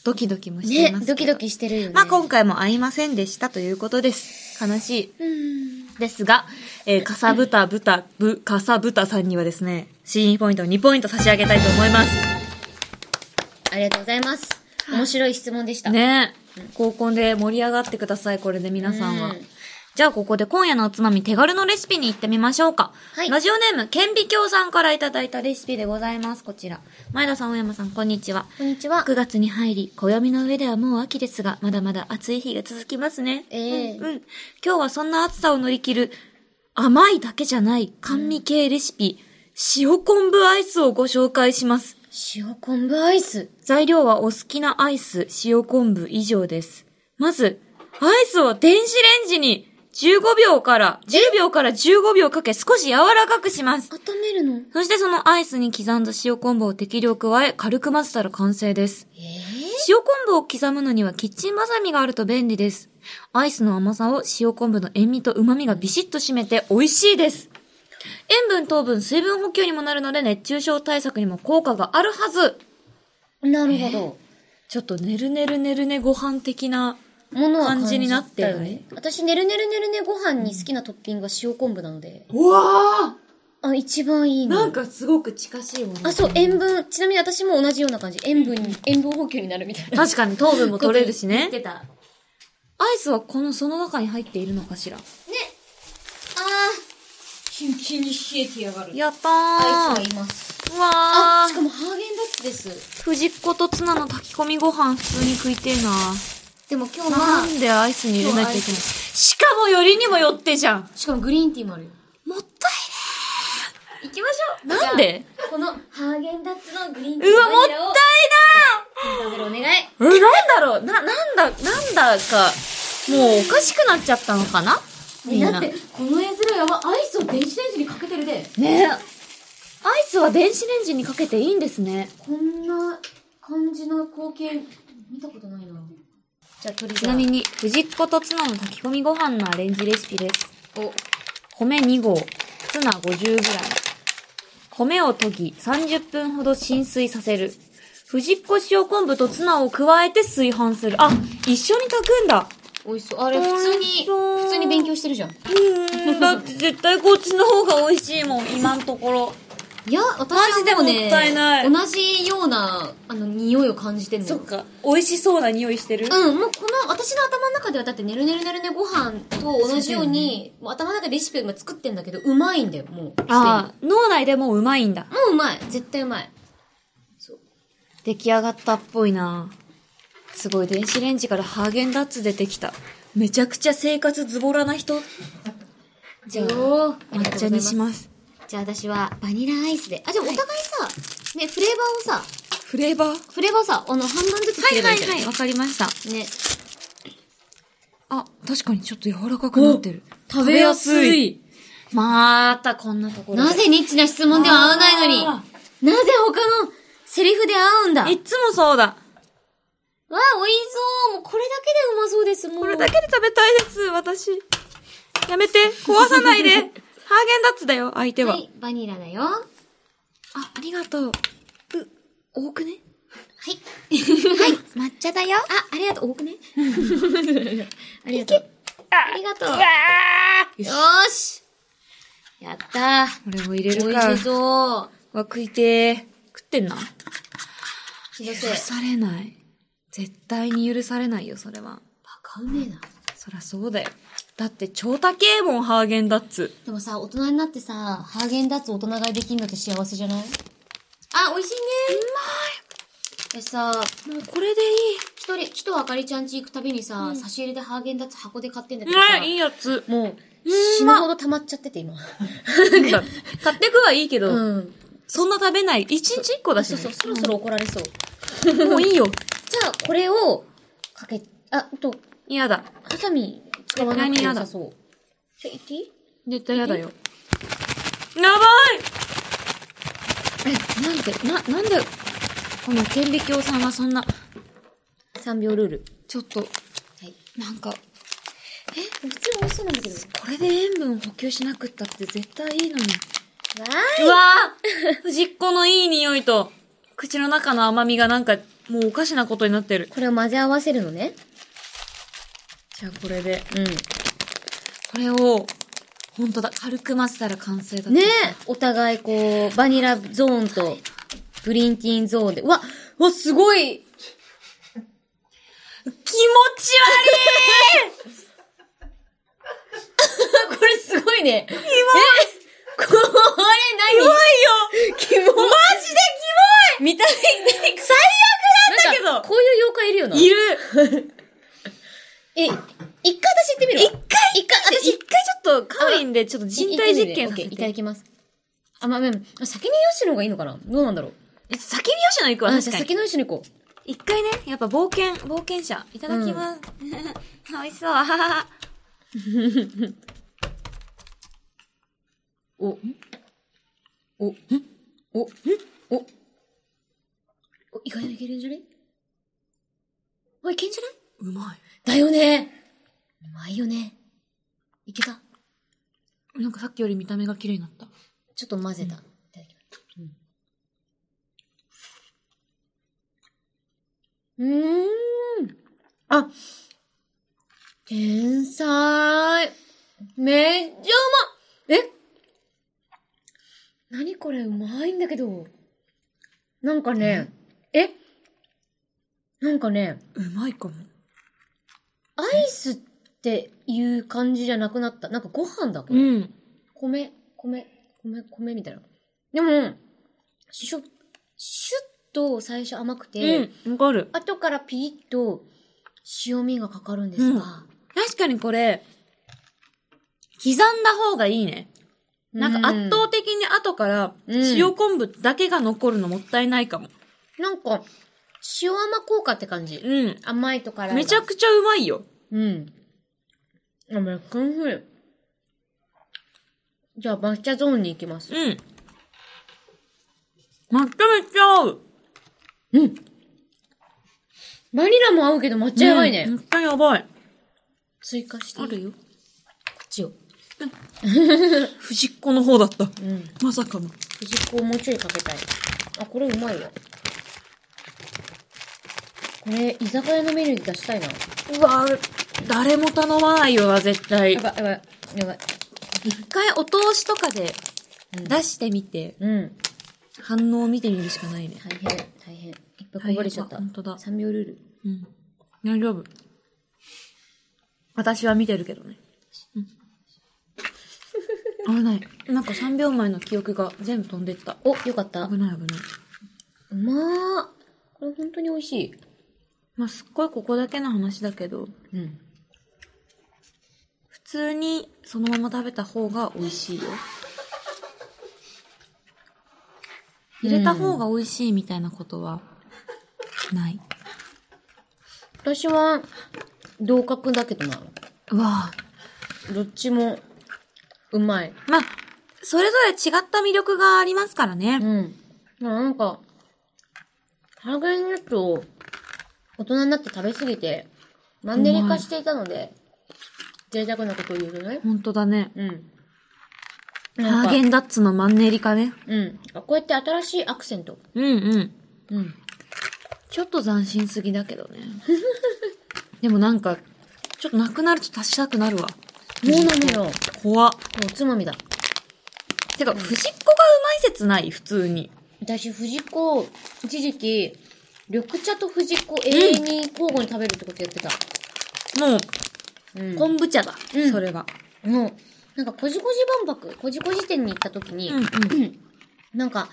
Speaker 1: ドキドキもしてい
Speaker 2: ね
Speaker 1: ます、け
Speaker 2: ド
Speaker 1: ど
Speaker 2: キドキしてるよね。
Speaker 1: まあ今回も会いませんでしたということです。悲し
Speaker 2: うん。
Speaker 1: い。ですが、えー、かさぶたぶたぶ、かさぶたさんにはですね、シーンポイントを2ポイント差し上げたいと思います。
Speaker 2: ありがとうございます。面白い質問でした。
Speaker 1: ね合コンで盛り上がってください、これで皆さん
Speaker 2: う
Speaker 1: は
Speaker 2: ん。
Speaker 1: じゃあここで今夜のおつまみ手軽のレシピに行ってみましょうか。
Speaker 2: はい
Speaker 1: ラジオネーム、顕微鏡さんからいただいたレシピでございます、こちら。前田さん、大山さん、こんにちは。
Speaker 2: こんにちは。
Speaker 1: 9月に入り、暦の上ではもう秋ですが、まだまだ暑い日が続きますね。
Speaker 2: ええ
Speaker 1: うん、うん。今日はそんな暑さを乗り切る、甘いだけじゃない甘味系レシピ、塩昆布アイスをご紹介します。
Speaker 2: 塩昆布アイス。
Speaker 1: 材料はお好きなアイス、塩昆布以上です。まず、アイスを電子レンジに15秒から、10秒から15秒かけ少し柔らかくします。
Speaker 2: 温めるの
Speaker 1: そしてそのアイスに刻んだ塩昆布を適量加え、軽く混ぜたら完成です。
Speaker 2: ええ
Speaker 1: 塩昆布を刻むのにはキッチンバサミがあると便利です。アイスの甘さを塩昆布の塩味と旨味がビシッと締めて美味しいです。塩分、糖分、水分補給にもなるので、熱中症対策にも効果があるはず。
Speaker 3: なるほど。
Speaker 1: ちょっと、ねるねるねるねご飯的な。
Speaker 3: ものは
Speaker 1: 感じになってる
Speaker 3: 感じたよね私、ねるねるねるねご飯に好きなトッピングは塩昆布なので。
Speaker 1: うわ
Speaker 3: あ、一番いい
Speaker 1: ー
Speaker 3: の。
Speaker 1: なんかすごく近しいもの。
Speaker 3: あ、そう、塩分、ちなみに私も同じような感じ。塩分、塩分補給になるみたいな。
Speaker 1: 確かに糖 分も取れるしね。
Speaker 3: 言ってた。ね。
Speaker 1: アイスはこの、その中に入っているのかしら。
Speaker 3: あ
Speaker 2: キンキンに冷えてやがる。
Speaker 1: やった
Speaker 3: ー、
Speaker 1: ー。
Speaker 3: アイスがいます。
Speaker 1: うわー。
Speaker 3: あ、しかもハーゲンダッツです。
Speaker 1: 藤子とツナの炊き込みご飯普通に食いてえな。
Speaker 3: でも今日
Speaker 1: な
Speaker 3: は、
Speaker 1: んでアイスに入れないといけないしかもよりにもよってじゃん。
Speaker 3: しかもグリーンティーもあるよ。
Speaker 1: もった
Speaker 3: 行きましょう
Speaker 1: いなんで
Speaker 3: じゃあこのハーゲンダッツのグリーンティー
Speaker 1: うわ、もったい
Speaker 3: バニラを食べるお願い。
Speaker 1: なえ、なんだろうな、なんだ、なんだか、もうおかしくなっちゃったのかなみん
Speaker 2: だ
Speaker 1: な。
Speaker 2: っ
Speaker 1: ね
Speaker 2: て、この絵面はアイスを電子レンジにかけてるで。
Speaker 1: え。アイスは電子レンジにかけていいんですね。
Speaker 2: こんな感じの光景、見たことないな。
Speaker 3: じゃあ鳥が。
Speaker 1: ちなみに、藤子とツナの炊き込みご飯のアレンジレシピです。
Speaker 3: お、
Speaker 1: 米2合、ツナ 50g。米を研ぎ、30分ほど浸水させる。藤子塩昆布とツナを加えて炊飯する。あ、一緒に炊くんだ。
Speaker 3: 美味しそう。あれ、普通に、
Speaker 1: 美味しそう
Speaker 3: 普通に勉強してるじゃん。
Speaker 1: うー ん、だって絶対こっちの方が美味しいもん、今んところ。
Speaker 2: いや、私
Speaker 1: マ
Speaker 2: はもう
Speaker 1: ジでも
Speaker 2: ね、
Speaker 1: ったいない
Speaker 2: 同じような、あの、匂いを感じてんのよ。
Speaker 1: か。美味しそうな匂いしてる
Speaker 2: うん、もうこの、私の頭の中ではだって、ねるねるねるねご飯と同じように、もう頭の中でレシピを今作ってんだけど、うまいんだよ、もう。
Speaker 1: ああ、脳内でもううまいんだ
Speaker 2: す。でにもううまい。絶対うまい。
Speaker 1: 出来上がったっぽいな。すごい、電子レンジからハーゲンダッツ出てきた。めちゃくちゃ生活ズボラな人。
Speaker 2: じゃあ、
Speaker 1: 抹茶にします。
Speaker 2: じゃあ私はバニラアイスで。あ、じゃあお互いさ、ね、フレーバーをさ、
Speaker 1: フレーバーは
Speaker 2: フレーバーさ、あの、半分ずつ切れ
Speaker 1: い
Speaker 2: ば
Speaker 1: はい
Speaker 2: い
Speaker 1: い
Speaker 2: じゃん。
Speaker 1: はい、わかりました。
Speaker 2: ね。
Speaker 1: あ、確かにちょっと柔らかくなってる。
Speaker 2: 食べやすい。
Speaker 1: まーたこんなところで。
Speaker 2: なぜニッチな質問では合わないのに、
Speaker 1: あ
Speaker 2: なぜ他のセリフで合うんだわあ、美
Speaker 1: いっつもそうだ。
Speaker 2: 味しそう。もうこれだけでうまそうです、もう。
Speaker 1: これだけで食べたいです、私。やめて、壊さない で。ハーゲンダッツだよ、相手は。
Speaker 2: はい、バニラだよ。は
Speaker 1: あ、ありがとう。う、多くね
Speaker 2: い。
Speaker 1: 抹茶だよ。
Speaker 2: あ、ありがとう。多くねありがとう。ありがとう。
Speaker 1: よし
Speaker 2: よーし。やったー。
Speaker 1: これも入れ
Speaker 2: 美
Speaker 1: るか。
Speaker 2: 味し
Speaker 1: わ、
Speaker 2: そう。
Speaker 1: 食いてー。食ってんな。
Speaker 2: 気のせい
Speaker 1: 許。されない。絶対に許されないよ、それは。
Speaker 2: バカうめえな。
Speaker 1: そらそうだよ。だって、超高えもん、ハーゲンダッツ。
Speaker 2: でもさ、大人になってさ、ハーゲンダッツ大人買いできるのって幸せじゃないあ、美味しいね。うまい。私さ、
Speaker 1: もうこれで
Speaker 2: 一人、一人あかりちゃん家行くたびにさ、差し入れでハーゲンダッツ箱で買ってんだ
Speaker 1: い
Speaker 2: け
Speaker 1: い。
Speaker 2: どさ、
Speaker 1: ねいいやつ。
Speaker 2: もう、死ぬほど溜まっちゃってて今。
Speaker 1: 買ってくはいいけど、
Speaker 2: うん。
Speaker 1: そんな食べない。一日一個だし、
Speaker 2: そ
Speaker 1: ね。
Speaker 2: うそう、そろそろ怒られそう。
Speaker 1: もういいよ。
Speaker 2: じゃあ、これを、かけ、あ、あと、
Speaker 1: 嫌だ。
Speaker 2: ハサミ使わなくて良さそう。ちょ、いっていい
Speaker 1: 絶対嫌だよ。やばいえ、なんで、な、なんで、この顕微鏡さんはそんな、
Speaker 2: ?3 秒ルール。
Speaker 1: ちょっと、
Speaker 2: はい。
Speaker 1: なんか、
Speaker 2: え、普通に美味しそうなんだけど。
Speaker 1: これで塩分補給しなくったって絶対いいのに。
Speaker 2: わ
Speaker 1: うわぁ藤っ子のいい匂いと、口の中の甘みがなんか、もうおかしなことになってる
Speaker 2: ー。これを混ぜ合わせるのね。
Speaker 1: じゃあこれで、
Speaker 2: うん。
Speaker 1: これを、ほんとだ、軽く混ぜたら完成だ
Speaker 2: ねえ、お互いこう、バニラゾーンと、グリーンティーンゾーンで。うわ、うわ、すごい
Speaker 1: 気持ち悪い
Speaker 2: あこれすごいね。キモい これ何
Speaker 1: 怖いよ
Speaker 2: キモいマ
Speaker 1: マジで
Speaker 2: ジ見た目に
Speaker 1: キモい最悪なんだけど
Speaker 2: なんかこういう妖怪いるよな。
Speaker 1: いる。
Speaker 2: え、一回私行ってみるわ。一回一回、私、
Speaker 1: 一回ちょっと、カオリンでちょっと人体実験
Speaker 2: オ
Speaker 1: さ
Speaker 2: ッケ
Speaker 1: せ
Speaker 2: ー、
Speaker 1: て。
Speaker 2: いただきます。あ、まあ、まあ、先に吉野の方がいいのかなどうなんだろう。
Speaker 1: え先に吉野行くわ、
Speaker 2: あ、
Speaker 1: 確
Speaker 2: じゃ
Speaker 1: か
Speaker 2: あ
Speaker 1: に。
Speaker 2: 先の吉野行こう。
Speaker 1: 一回ね、やっぱ冒険、冒険者。いただきます。 美味しそう。あははは
Speaker 2: お、お、お、お、お、意外といけるんじゃねお、いけんじゃないう
Speaker 1: まい。
Speaker 2: だよね。うまいよね。いけた。
Speaker 1: なんかさっきより見た目が綺麗になった。
Speaker 2: ちょっと混ぜた。いただきます。うーん。あ、天才。めっちゃうまえ何これうまいんだけど。なんかね、えなんかね、
Speaker 1: うまいかも。
Speaker 2: アイスっていう感じじゃなくなった。なんかご飯だ、これ。
Speaker 1: うん。
Speaker 2: 米、米、米、米みたいな。でも、シュッ、シュッと最初甘くて、
Speaker 1: うん。わかる。
Speaker 2: 後からピリッと塩味がかかるんですが、
Speaker 1: 確かにこれ、刻んだ方がいいね。なんか圧倒的に後から
Speaker 2: うん
Speaker 1: 塩昆布だけが残るのもったいないかも。
Speaker 2: なんか、塩甘効果って感じ。
Speaker 1: うん。
Speaker 2: 甘いと辛いが。
Speaker 1: めちゃくちゃうまいよ。
Speaker 2: うん。あ、めっちゃ美味しい。じゃあ、抹茶ゾーンに行きます。
Speaker 1: うん。抹茶めっちゃ合う。
Speaker 2: うん。バニラも合うけど抹茶やばいね。
Speaker 1: うん抹茶やばい。
Speaker 2: 追加して。
Speaker 1: あるよ。
Speaker 2: こっちを。
Speaker 1: 藤子の方だった。
Speaker 2: うん。
Speaker 1: まさかの。
Speaker 2: 藤子をもうちょいかけたい。あ、これうまいよ。これ、居酒屋のメニューに出したいな。
Speaker 1: うわ、誰も頼まないよな、絶対
Speaker 2: や。ばい、やばい、やばい。
Speaker 1: 一回お通しとかで出してみて、
Speaker 2: うん。
Speaker 1: 反応を見てみるしかないね。
Speaker 2: 大変、大変。いっぱいこぼれちゃった。
Speaker 1: 大変だ本当だ
Speaker 2: 3秒ルール。
Speaker 1: うん。大丈夫。私は見てるけどね。うん。危ない。なんか3秒前の記憶が全部飛んでった。
Speaker 2: お、よかった。う
Speaker 1: 危ない危ない。
Speaker 2: まー。これ本当に美味しい。
Speaker 1: まあ、すっごいここだけの話だけど、
Speaker 2: うん。
Speaker 1: 普通にそのまま食べた方が美味しいよ。入れた方が美味しいみたいなことは、ない。
Speaker 2: 私は、同格だけどな。
Speaker 1: うわあ
Speaker 2: どっちも、うまい。
Speaker 1: まあ、それぞれ違った魅力がありますから
Speaker 2: う
Speaker 1: ね。
Speaker 2: ん。まあなんか、ハーゲンダッツを大人になって食べ過ぎて、マンネリ化していたので、贅沢なことを言うとね。
Speaker 1: ほんとだね。
Speaker 2: うん。
Speaker 1: ハーゲンダッツのマンネリ化ね。
Speaker 2: うん。あこうやって新しいアクセント。
Speaker 1: うんうん。
Speaker 2: うん。
Speaker 1: ちょっと斬新すぎだけどね。 でもなんか、ちょっとなくなると足したくなるわ。
Speaker 2: そうなのよ。もう
Speaker 1: 怖っ。
Speaker 2: おつまみだ。
Speaker 1: てか、藤子がうまい説ない普通に。
Speaker 2: 私、藤子、一時期、緑茶と藤子永遠に交互に食べるってことやってた。
Speaker 1: もう、
Speaker 2: うん
Speaker 1: 昆布茶だ。
Speaker 2: うん
Speaker 1: それは。
Speaker 2: もう、なんか、こじこじ万博、こじこじ店に行った時に、
Speaker 1: うんうん。
Speaker 2: なんか、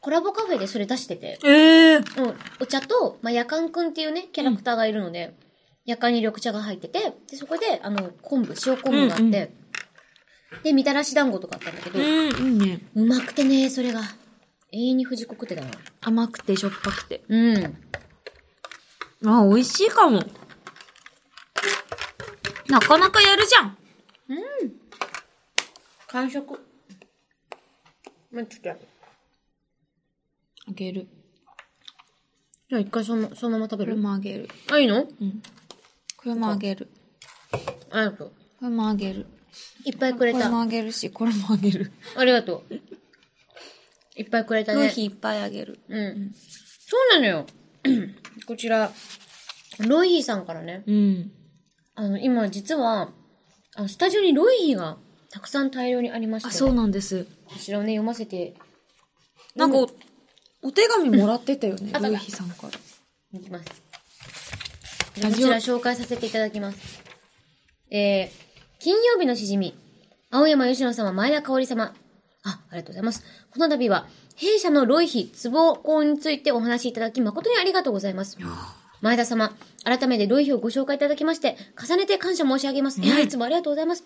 Speaker 2: コラボカフェでそれ出してて、
Speaker 1: ええー。
Speaker 2: うん、お茶と、まあ、夜間くんっていうね、キャラクターがいるので、夜間に緑茶が入ってて、で、そこで、あの、昆布、塩昆布があって、
Speaker 1: うんうん
Speaker 2: で、みたらし団子とかあったんだけど、
Speaker 1: うん、いいね。
Speaker 2: うまくてね、それが。永遠に藤子食ってたな。
Speaker 1: 甘くてしょっぱくて。
Speaker 2: うん。
Speaker 1: あ、美味しいかも。なかなかやるじゃん。
Speaker 2: 完食。まあ、ちょっとやる。
Speaker 1: あげる。
Speaker 2: じゃあ一回その、そのまま食べ
Speaker 1: これ
Speaker 2: る。
Speaker 1: もあげる。
Speaker 2: あ、いいの
Speaker 1: うん。これもあげる。
Speaker 2: ありがとう。
Speaker 1: これもあげる。
Speaker 2: いっぱいくれ
Speaker 1: これ
Speaker 2: た。
Speaker 1: もあげるし、これもあげる。
Speaker 2: ありがとう。いっぱいくれた
Speaker 1: 納
Speaker 2: ね。
Speaker 1: 費いっぱいあげる。
Speaker 2: うん。そうなのよ。 こちら、ロイヒーさんからね。
Speaker 1: うん。
Speaker 2: あの、今実は、あのスタジオにロイヒーがたくさん大量にありまして、
Speaker 1: あ、そうなんです。
Speaker 2: こちらをね、読ませて
Speaker 1: なんかお、お手紙もらってたよね、
Speaker 2: あった
Speaker 1: ルイヒさんから。
Speaker 2: いきます。
Speaker 1: ラ
Speaker 2: こ
Speaker 1: ジオ
Speaker 2: ちら紹介させていただきます。えー、金曜日のしじみ、青山吉野様、前田香織様。あ、ありがとうございます。この度は、弊社のロイヒ、ツボ校についてお話しいただき、誠にありがとうございます。前田様、改めてロイヒをご紹介いただきまして、重ねて感謝申し上げます。いや、いつもありがとうございます。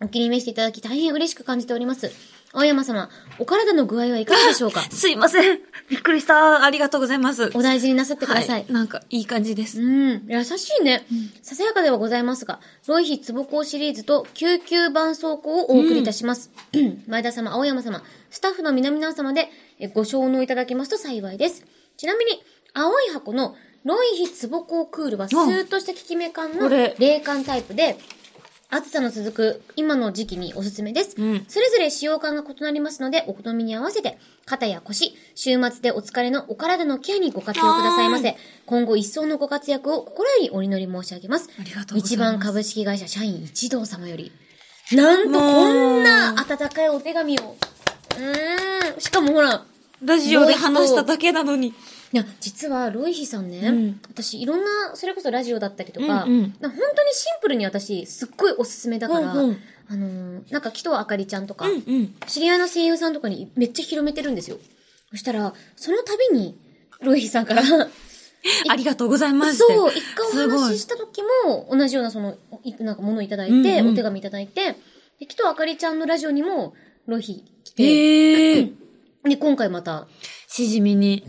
Speaker 2: お気に召していただき、大変嬉しく感じております。青山様、お体の具合はいかがでしょうか
Speaker 1: すいません。 びっくりした。ありがとうございます。
Speaker 2: お大事になさってください。
Speaker 1: なんか、いい感じです。
Speaker 2: うん、優しいね。ささやかではございますが、ロイヒつぼ校シリーズと救急絆創膏をお送りいたします。前田様、青山様、スタッフの皆々様でえご承納いただけますと幸いです。ちなみに、青い箱のロイヒつぼ校クールはスーッとした効き目感
Speaker 1: こ
Speaker 2: の
Speaker 1: れ
Speaker 2: 冷感タイプで、暑さの続く今の時期におすすめです。
Speaker 1: うん
Speaker 2: それぞれ使用感が異なりますので、お好みに合わせて、肩や腰、週末でお疲れのお体のケアにご活用くださいませ。今後一層のご活躍を心よりお祈り申し上げます。
Speaker 1: ありがとうござ
Speaker 2: 一
Speaker 1: います
Speaker 2: 番株式会社社員一同様より。なんとこんな温かいお手紙を。うーん。しかもほら、
Speaker 1: ラジオで話しただけなのに。
Speaker 2: いや、実は、ロイヒさんね、
Speaker 1: うん
Speaker 2: 私、いろんな、それこそラジオだったりとか、
Speaker 1: うんうん
Speaker 2: な本当にシンプルに私、すっごいおすすめだから、
Speaker 1: うんうん
Speaker 2: あのーなんか、紀藤あかりちゃんとか、
Speaker 1: うんうん。
Speaker 2: 知り合いの声優さんとかにめっちゃ広めてるんですよ。そしたら、その度に、ロイヒさんから、そう、
Speaker 1: ありがとうございますって。
Speaker 2: 一回お話し
Speaker 1: す
Speaker 2: した時も、同じようなその、いなんか、ものをいただいて、
Speaker 1: うんうん
Speaker 2: お手紙いただいて、で紀藤あかりちゃんのラジオにも、ロイヒ来
Speaker 1: ごい。
Speaker 2: て、
Speaker 1: えー。
Speaker 2: で、今回また、
Speaker 1: しじみに。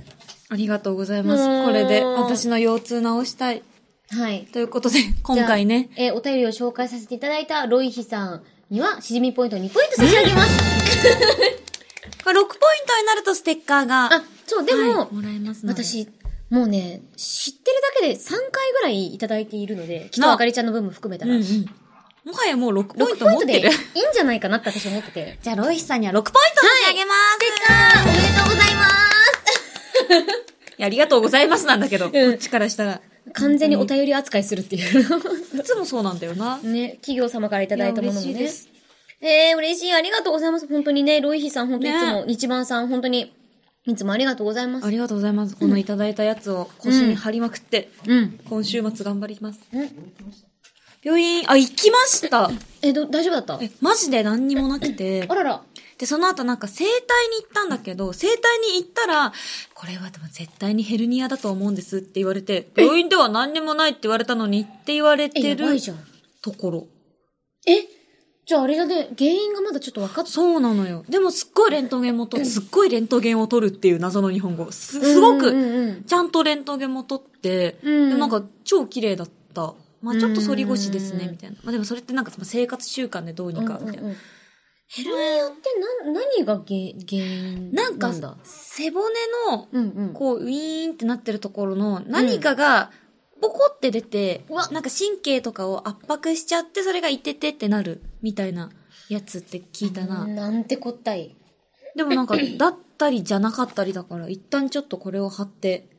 Speaker 1: ありがとうございます。
Speaker 2: もう
Speaker 1: これで私の腰痛治したい。
Speaker 2: はい、
Speaker 1: ということで、今回ね。
Speaker 2: じゃあ。えーお便りを紹介させていただいたロイヒさんには、しじみポイント2ポイント差し上げます。
Speaker 1: これ6ポイントになるとステッカーが。
Speaker 2: あ、そう、でも、
Speaker 1: はいもらえますので。
Speaker 2: 私、もうね、知ってるだけで3回ぐらいいただいているので、きっと
Speaker 1: な
Speaker 2: あかりちゃんの分も含めた
Speaker 1: うん
Speaker 2: ら、
Speaker 1: う
Speaker 2: 6
Speaker 1: ん。もはやもう6
Speaker 2: ポ
Speaker 1: ポイント
Speaker 2: イン
Speaker 1: 持って
Speaker 2: トでいい
Speaker 1: る
Speaker 2: ん。じゃないかなって私思っ てて。
Speaker 1: じゃあ、ロイヒさんには6ポイント差し上げます。
Speaker 2: あーおめでとうございます
Speaker 1: いや、ありがとうございますなんだけど、こ
Speaker 2: ん
Speaker 1: っちからしたら。
Speaker 2: 完全にお便り扱いするっていう。
Speaker 1: いつもそうなんだよな。
Speaker 2: ね、企業様からいただいたものも
Speaker 1: いや嬉しいで。
Speaker 2: ね
Speaker 1: す
Speaker 2: えー、嬉しい。ありがとうございます。本当にね、ロイヒさん、本当にいつも、
Speaker 1: ね
Speaker 2: 日番さん、本当に、いつもありがとうございます
Speaker 1: あ。りがとうございます。このいただいたやつを腰に貼りまくって、
Speaker 2: うん。
Speaker 1: 今週末頑張ります。
Speaker 2: うん
Speaker 1: 病院、あ、行きました
Speaker 2: え、ど、大丈夫だった
Speaker 1: え、マジで何にもなく て
Speaker 2: あ、らら。
Speaker 1: で、その後なんか整体に行ったんだけど、整体に行ったら、これはでも絶対にヘルニアだと思うんですって言われて、病院では何にもないって言われたのにって言われ
Speaker 2: え、
Speaker 1: て
Speaker 2: や
Speaker 1: る
Speaker 2: ばいじゃん。
Speaker 1: ところ。
Speaker 2: えじゃああれだね、原因がまだちょっと分かっ
Speaker 1: そうなのよ。でもすっごいレントゲンもと、すっごいレントゲンを取るっていう謎の日本語。す、すご
Speaker 2: うんう
Speaker 1: く、
Speaker 2: んうん
Speaker 1: ちゃんとレントゲンも取って、
Speaker 2: うん
Speaker 1: でもなんか超綺麗だった。まあちょっと反り腰です
Speaker 2: う
Speaker 1: ね、
Speaker 2: ん
Speaker 1: みたいな。まあでもそれってなんかその生活習慣でどうにか、みたい
Speaker 2: うんうんう。
Speaker 1: なん
Speaker 2: ヘルニアって何、何が原原因
Speaker 1: なんか
Speaker 2: だ、
Speaker 1: 背骨の
Speaker 2: うんうん。
Speaker 1: こう、ウィーンってなってるところの何かが、ボコって出て、
Speaker 2: うわ
Speaker 1: なんか神経とかを圧迫しちゃって、それがいててってなる、みたいなやつって聞いたな。
Speaker 2: なんてこったい。
Speaker 1: でもなん か、だったりじゃなかったりだから、一旦ちょっとこれを貼って、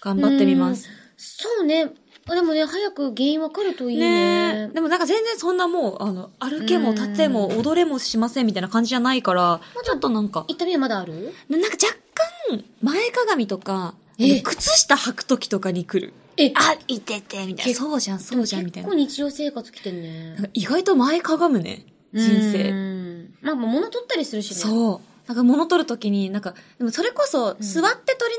Speaker 1: 頑張ってみます。
Speaker 2: そうね。あでもね、早く原因分かるといい
Speaker 1: ね
Speaker 2: ね
Speaker 1: え。。でもなんか全然そんなもう、あの、歩けも立ても踊れもしませんみたいな感じじゃないから、ちょっとなんか、
Speaker 2: 痛みはまだある
Speaker 1: ななんか若干、前かがみとか、
Speaker 2: え
Speaker 1: 靴下履くときとかに来る。
Speaker 2: え
Speaker 1: あ、いてて、みたいな。そうじゃん、そうじゃん、みたいな
Speaker 2: 結構。日常生活来てんね
Speaker 1: なん。か意外と前かがむね。 人生。
Speaker 2: 生。まあ、物取ったりするしね。う。
Speaker 1: そう。なんか物取るときに、なんか、でもそれこそ、座って取りな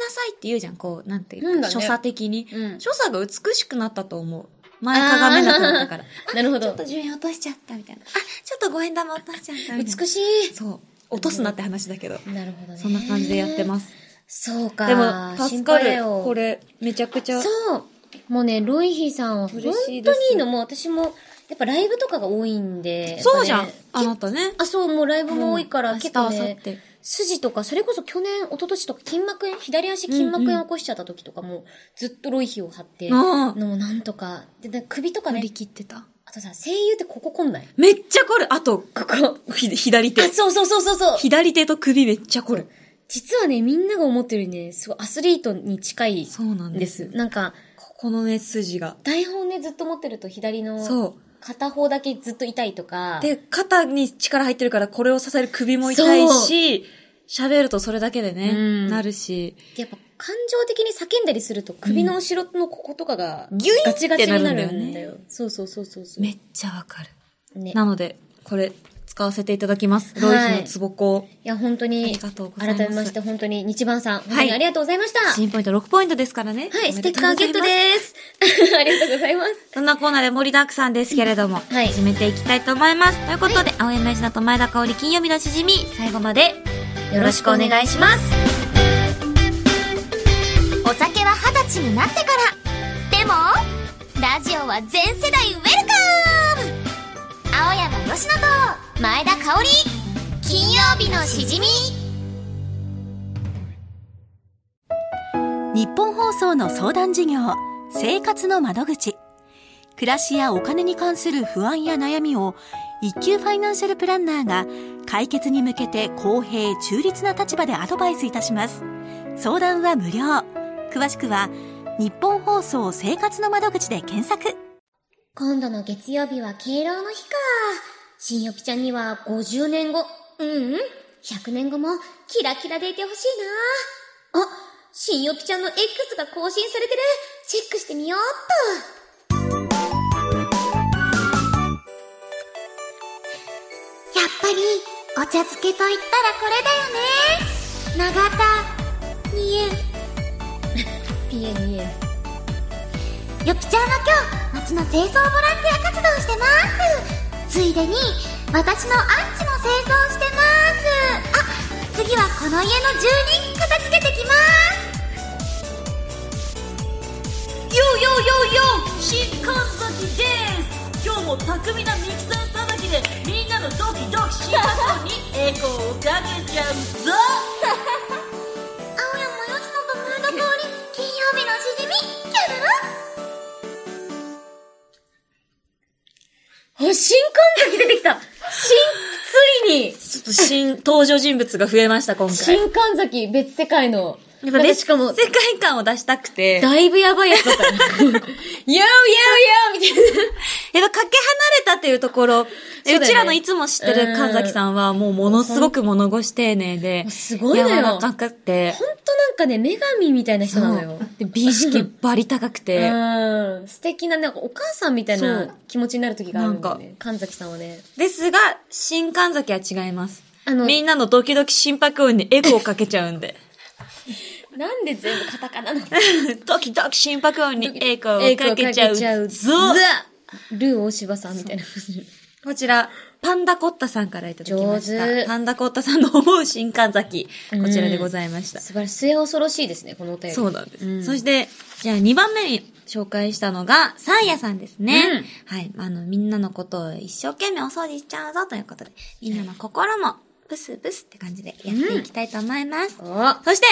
Speaker 1: さいって言うじゃん、こう、なんていう
Speaker 2: うん
Speaker 1: か、
Speaker 2: だね
Speaker 1: 所作的に。
Speaker 2: うん
Speaker 1: 所作が美しくなったと思う。前かがめなくなったから。
Speaker 2: なるほ
Speaker 1: ちょっ
Speaker 2: ど
Speaker 1: と。10円落としちゃったみたいな。あ、ちょっと5円玉落としちゃったみたいな。
Speaker 2: 美
Speaker 1: し
Speaker 2: し
Speaker 1: い。そう。落とすなって話だけど。
Speaker 2: い。なるほどね。
Speaker 1: そんな感じでやってます。
Speaker 2: す。そうか。
Speaker 1: でも、助か
Speaker 2: 心配だ
Speaker 1: る。
Speaker 2: よ
Speaker 1: これ、めちゃくちゃ。
Speaker 2: そう。もうね、ロイヒさんは本当
Speaker 1: 嬉
Speaker 2: に
Speaker 1: し
Speaker 2: い
Speaker 1: いです
Speaker 2: いの。もう私も、やっぱライブとかが多いんで。
Speaker 1: そうじゃん
Speaker 2: やっぱね。
Speaker 1: あなたね。
Speaker 2: あ、そう、もうライブも多いから、
Speaker 1: うん
Speaker 2: 結構
Speaker 1: 明日
Speaker 2: ね
Speaker 1: 明後日、
Speaker 2: 筋とか、それこそ去年、一昨年とか、筋膜炎、左足筋膜炎を起こしちゃった時とかも、ずっとロイヒを張って、
Speaker 1: ああ
Speaker 2: のもなんとか、で、で首とか
Speaker 1: 乗
Speaker 2: ね
Speaker 1: り、切ってた。
Speaker 2: あとさ、声優ってこここんない
Speaker 1: めっちゃ凝る。あと、
Speaker 2: ここ。
Speaker 1: ひ左手
Speaker 2: あ、。そうそうそうそうそう。
Speaker 1: 左手と首めっちゃ凝る。
Speaker 2: 実はね、みんなが思ってるよりね、すごいアスリートに近い
Speaker 1: そうなん
Speaker 2: で
Speaker 1: です
Speaker 2: す。。なんか、
Speaker 1: ここのね、筋が。
Speaker 2: 台本ね、ずっと持ってると左の、
Speaker 1: そ
Speaker 2: 片方だけずっと痛いとか。
Speaker 1: う。で、肩に力入ってるから、これを支える首も痛いし、喋るとそれだけでね、
Speaker 2: うん
Speaker 1: なるし、
Speaker 2: やっぱ感情的に叫んだりすると首の後ろのこことかが、
Speaker 1: ギュイン
Speaker 2: ガチガチになるんだよ。
Speaker 1: ってなるんだよ
Speaker 2: そうそうそうそうそう。
Speaker 1: めっちゃわかる。
Speaker 2: ね。
Speaker 1: なので、これ、使わせていただきます。ロ
Speaker 2: は
Speaker 1: イ
Speaker 2: い
Speaker 1: ヒのツボコ。
Speaker 2: いや、本当
Speaker 1: あ
Speaker 2: に、
Speaker 1: りがとうございます
Speaker 2: 改めまして本当に、日番さん、本当
Speaker 1: は
Speaker 2: に
Speaker 1: い
Speaker 2: ありがとうございました。は
Speaker 1: 新ポイント6ポイントですからね。
Speaker 2: い、ステッカーゲット
Speaker 1: す
Speaker 2: です。ありがとうござい ます。
Speaker 1: そんなコーナーで盛りだくさんですけれども、
Speaker 2: はい
Speaker 1: 始めていきたいと思います。ということで、青山吉田と前田香織金曜日のしじみ、最後まで
Speaker 2: よろしくお願いします。
Speaker 4: お酒は二十歳になってからでもラジオは全世代ウェルカム青山佳乃と前田香織金曜日のしじみ
Speaker 5: 日本放送の相談事業生活の窓口暮らしやお金に関する不安や悩みを一級ファイナンシャルプランナーが解決に向けて公平中立な立場でアドバイスいたします相談は無料詳しくは日本放送生活の窓口で検索
Speaker 2: 今度の月曜日は敬老の日か。新よぴちゃんには50年後、うんうん、100年後もキラキラでいてほしいな。あ、新よぴちゃんの X が更新されてる。チェックしてみようっ
Speaker 4: やっぱり、お茶漬けと言ったらこれだよね。永田、にえん。
Speaker 2: と。ピエニエ。
Speaker 4: よぴちゃんは今日、町の清掃ボランティア活動をしてます。ついでに、私のアンチも清掃してます。あ、次はこの家の住人、片付けてきます。
Speaker 6: よよよよ新神崎です今日も巧みなミキサーさばきでみんなのドキドキしようにエコーをかけちゃうぞ
Speaker 4: 青山よしのとムード香り、金曜日のしじみ、キャル
Speaker 2: あ、新神崎出てき た新、ついに
Speaker 1: ちょっと新登場人物が増えました、今回。
Speaker 2: 新神崎、別世界の。
Speaker 1: やっ
Speaker 2: なん
Speaker 1: ぱ
Speaker 2: か
Speaker 1: で
Speaker 2: しかも、
Speaker 1: 世界観を出したくて。
Speaker 2: だいぶやばいや つだったね。よーよーよーみたいな。
Speaker 1: やっぱかけ離れたっていうところ、
Speaker 2: だ
Speaker 1: え
Speaker 2: よ
Speaker 1: う
Speaker 2: ね
Speaker 1: ちらのいつも知ってる神崎さんはもうものすごく物腰丁寧で、
Speaker 2: すごいのよ
Speaker 1: 柔らかくて
Speaker 2: ほ、んとなんかね、女神みたいな人なのよ。
Speaker 1: で美意識バリ高くて、
Speaker 2: うん。素敵な、なんかお母さんみたい
Speaker 1: そ
Speaker 2: な
Speaker 1: う
Speaker 2: 気持ちになる時があるんだよ
Speaker 1: な
Speaker 2: ね。神崎さんはね。
Speaker 1: ですが、新神崎は違います。
Speaker 2: あの
Speaker 1: みんなのドキドキ心拍音にエコーかけちゃうん で。
Speaker 2: なんで全部カタカナなの
Speaker 1: ドキドキ心拍音にエコー
Speaker 2: え
Speaker 1: をかけちゃう。ぞ
Speaker 2: ルー大柴さんみたいな。
Speaker 1: こちら、パンダコッタさんからいただきました
Speaker 2: 上。手
Speaker 1: パンダコッタさんの思う新神崎。こちらでございました。
Speaker 2: 素晴らしい。末恐ろしいですね、このお便り。
Speaker 1: そうなんです。そして、じゃあ2番目に紹介したのが、サーヤさんですね。はい。あの、みんなのことを一生懸命お掃除しちゃうぞということで、みんなの心も、ブスブスって感じでやっていきたいと思います。
Speaker 2: あ
Speaker 1: そして、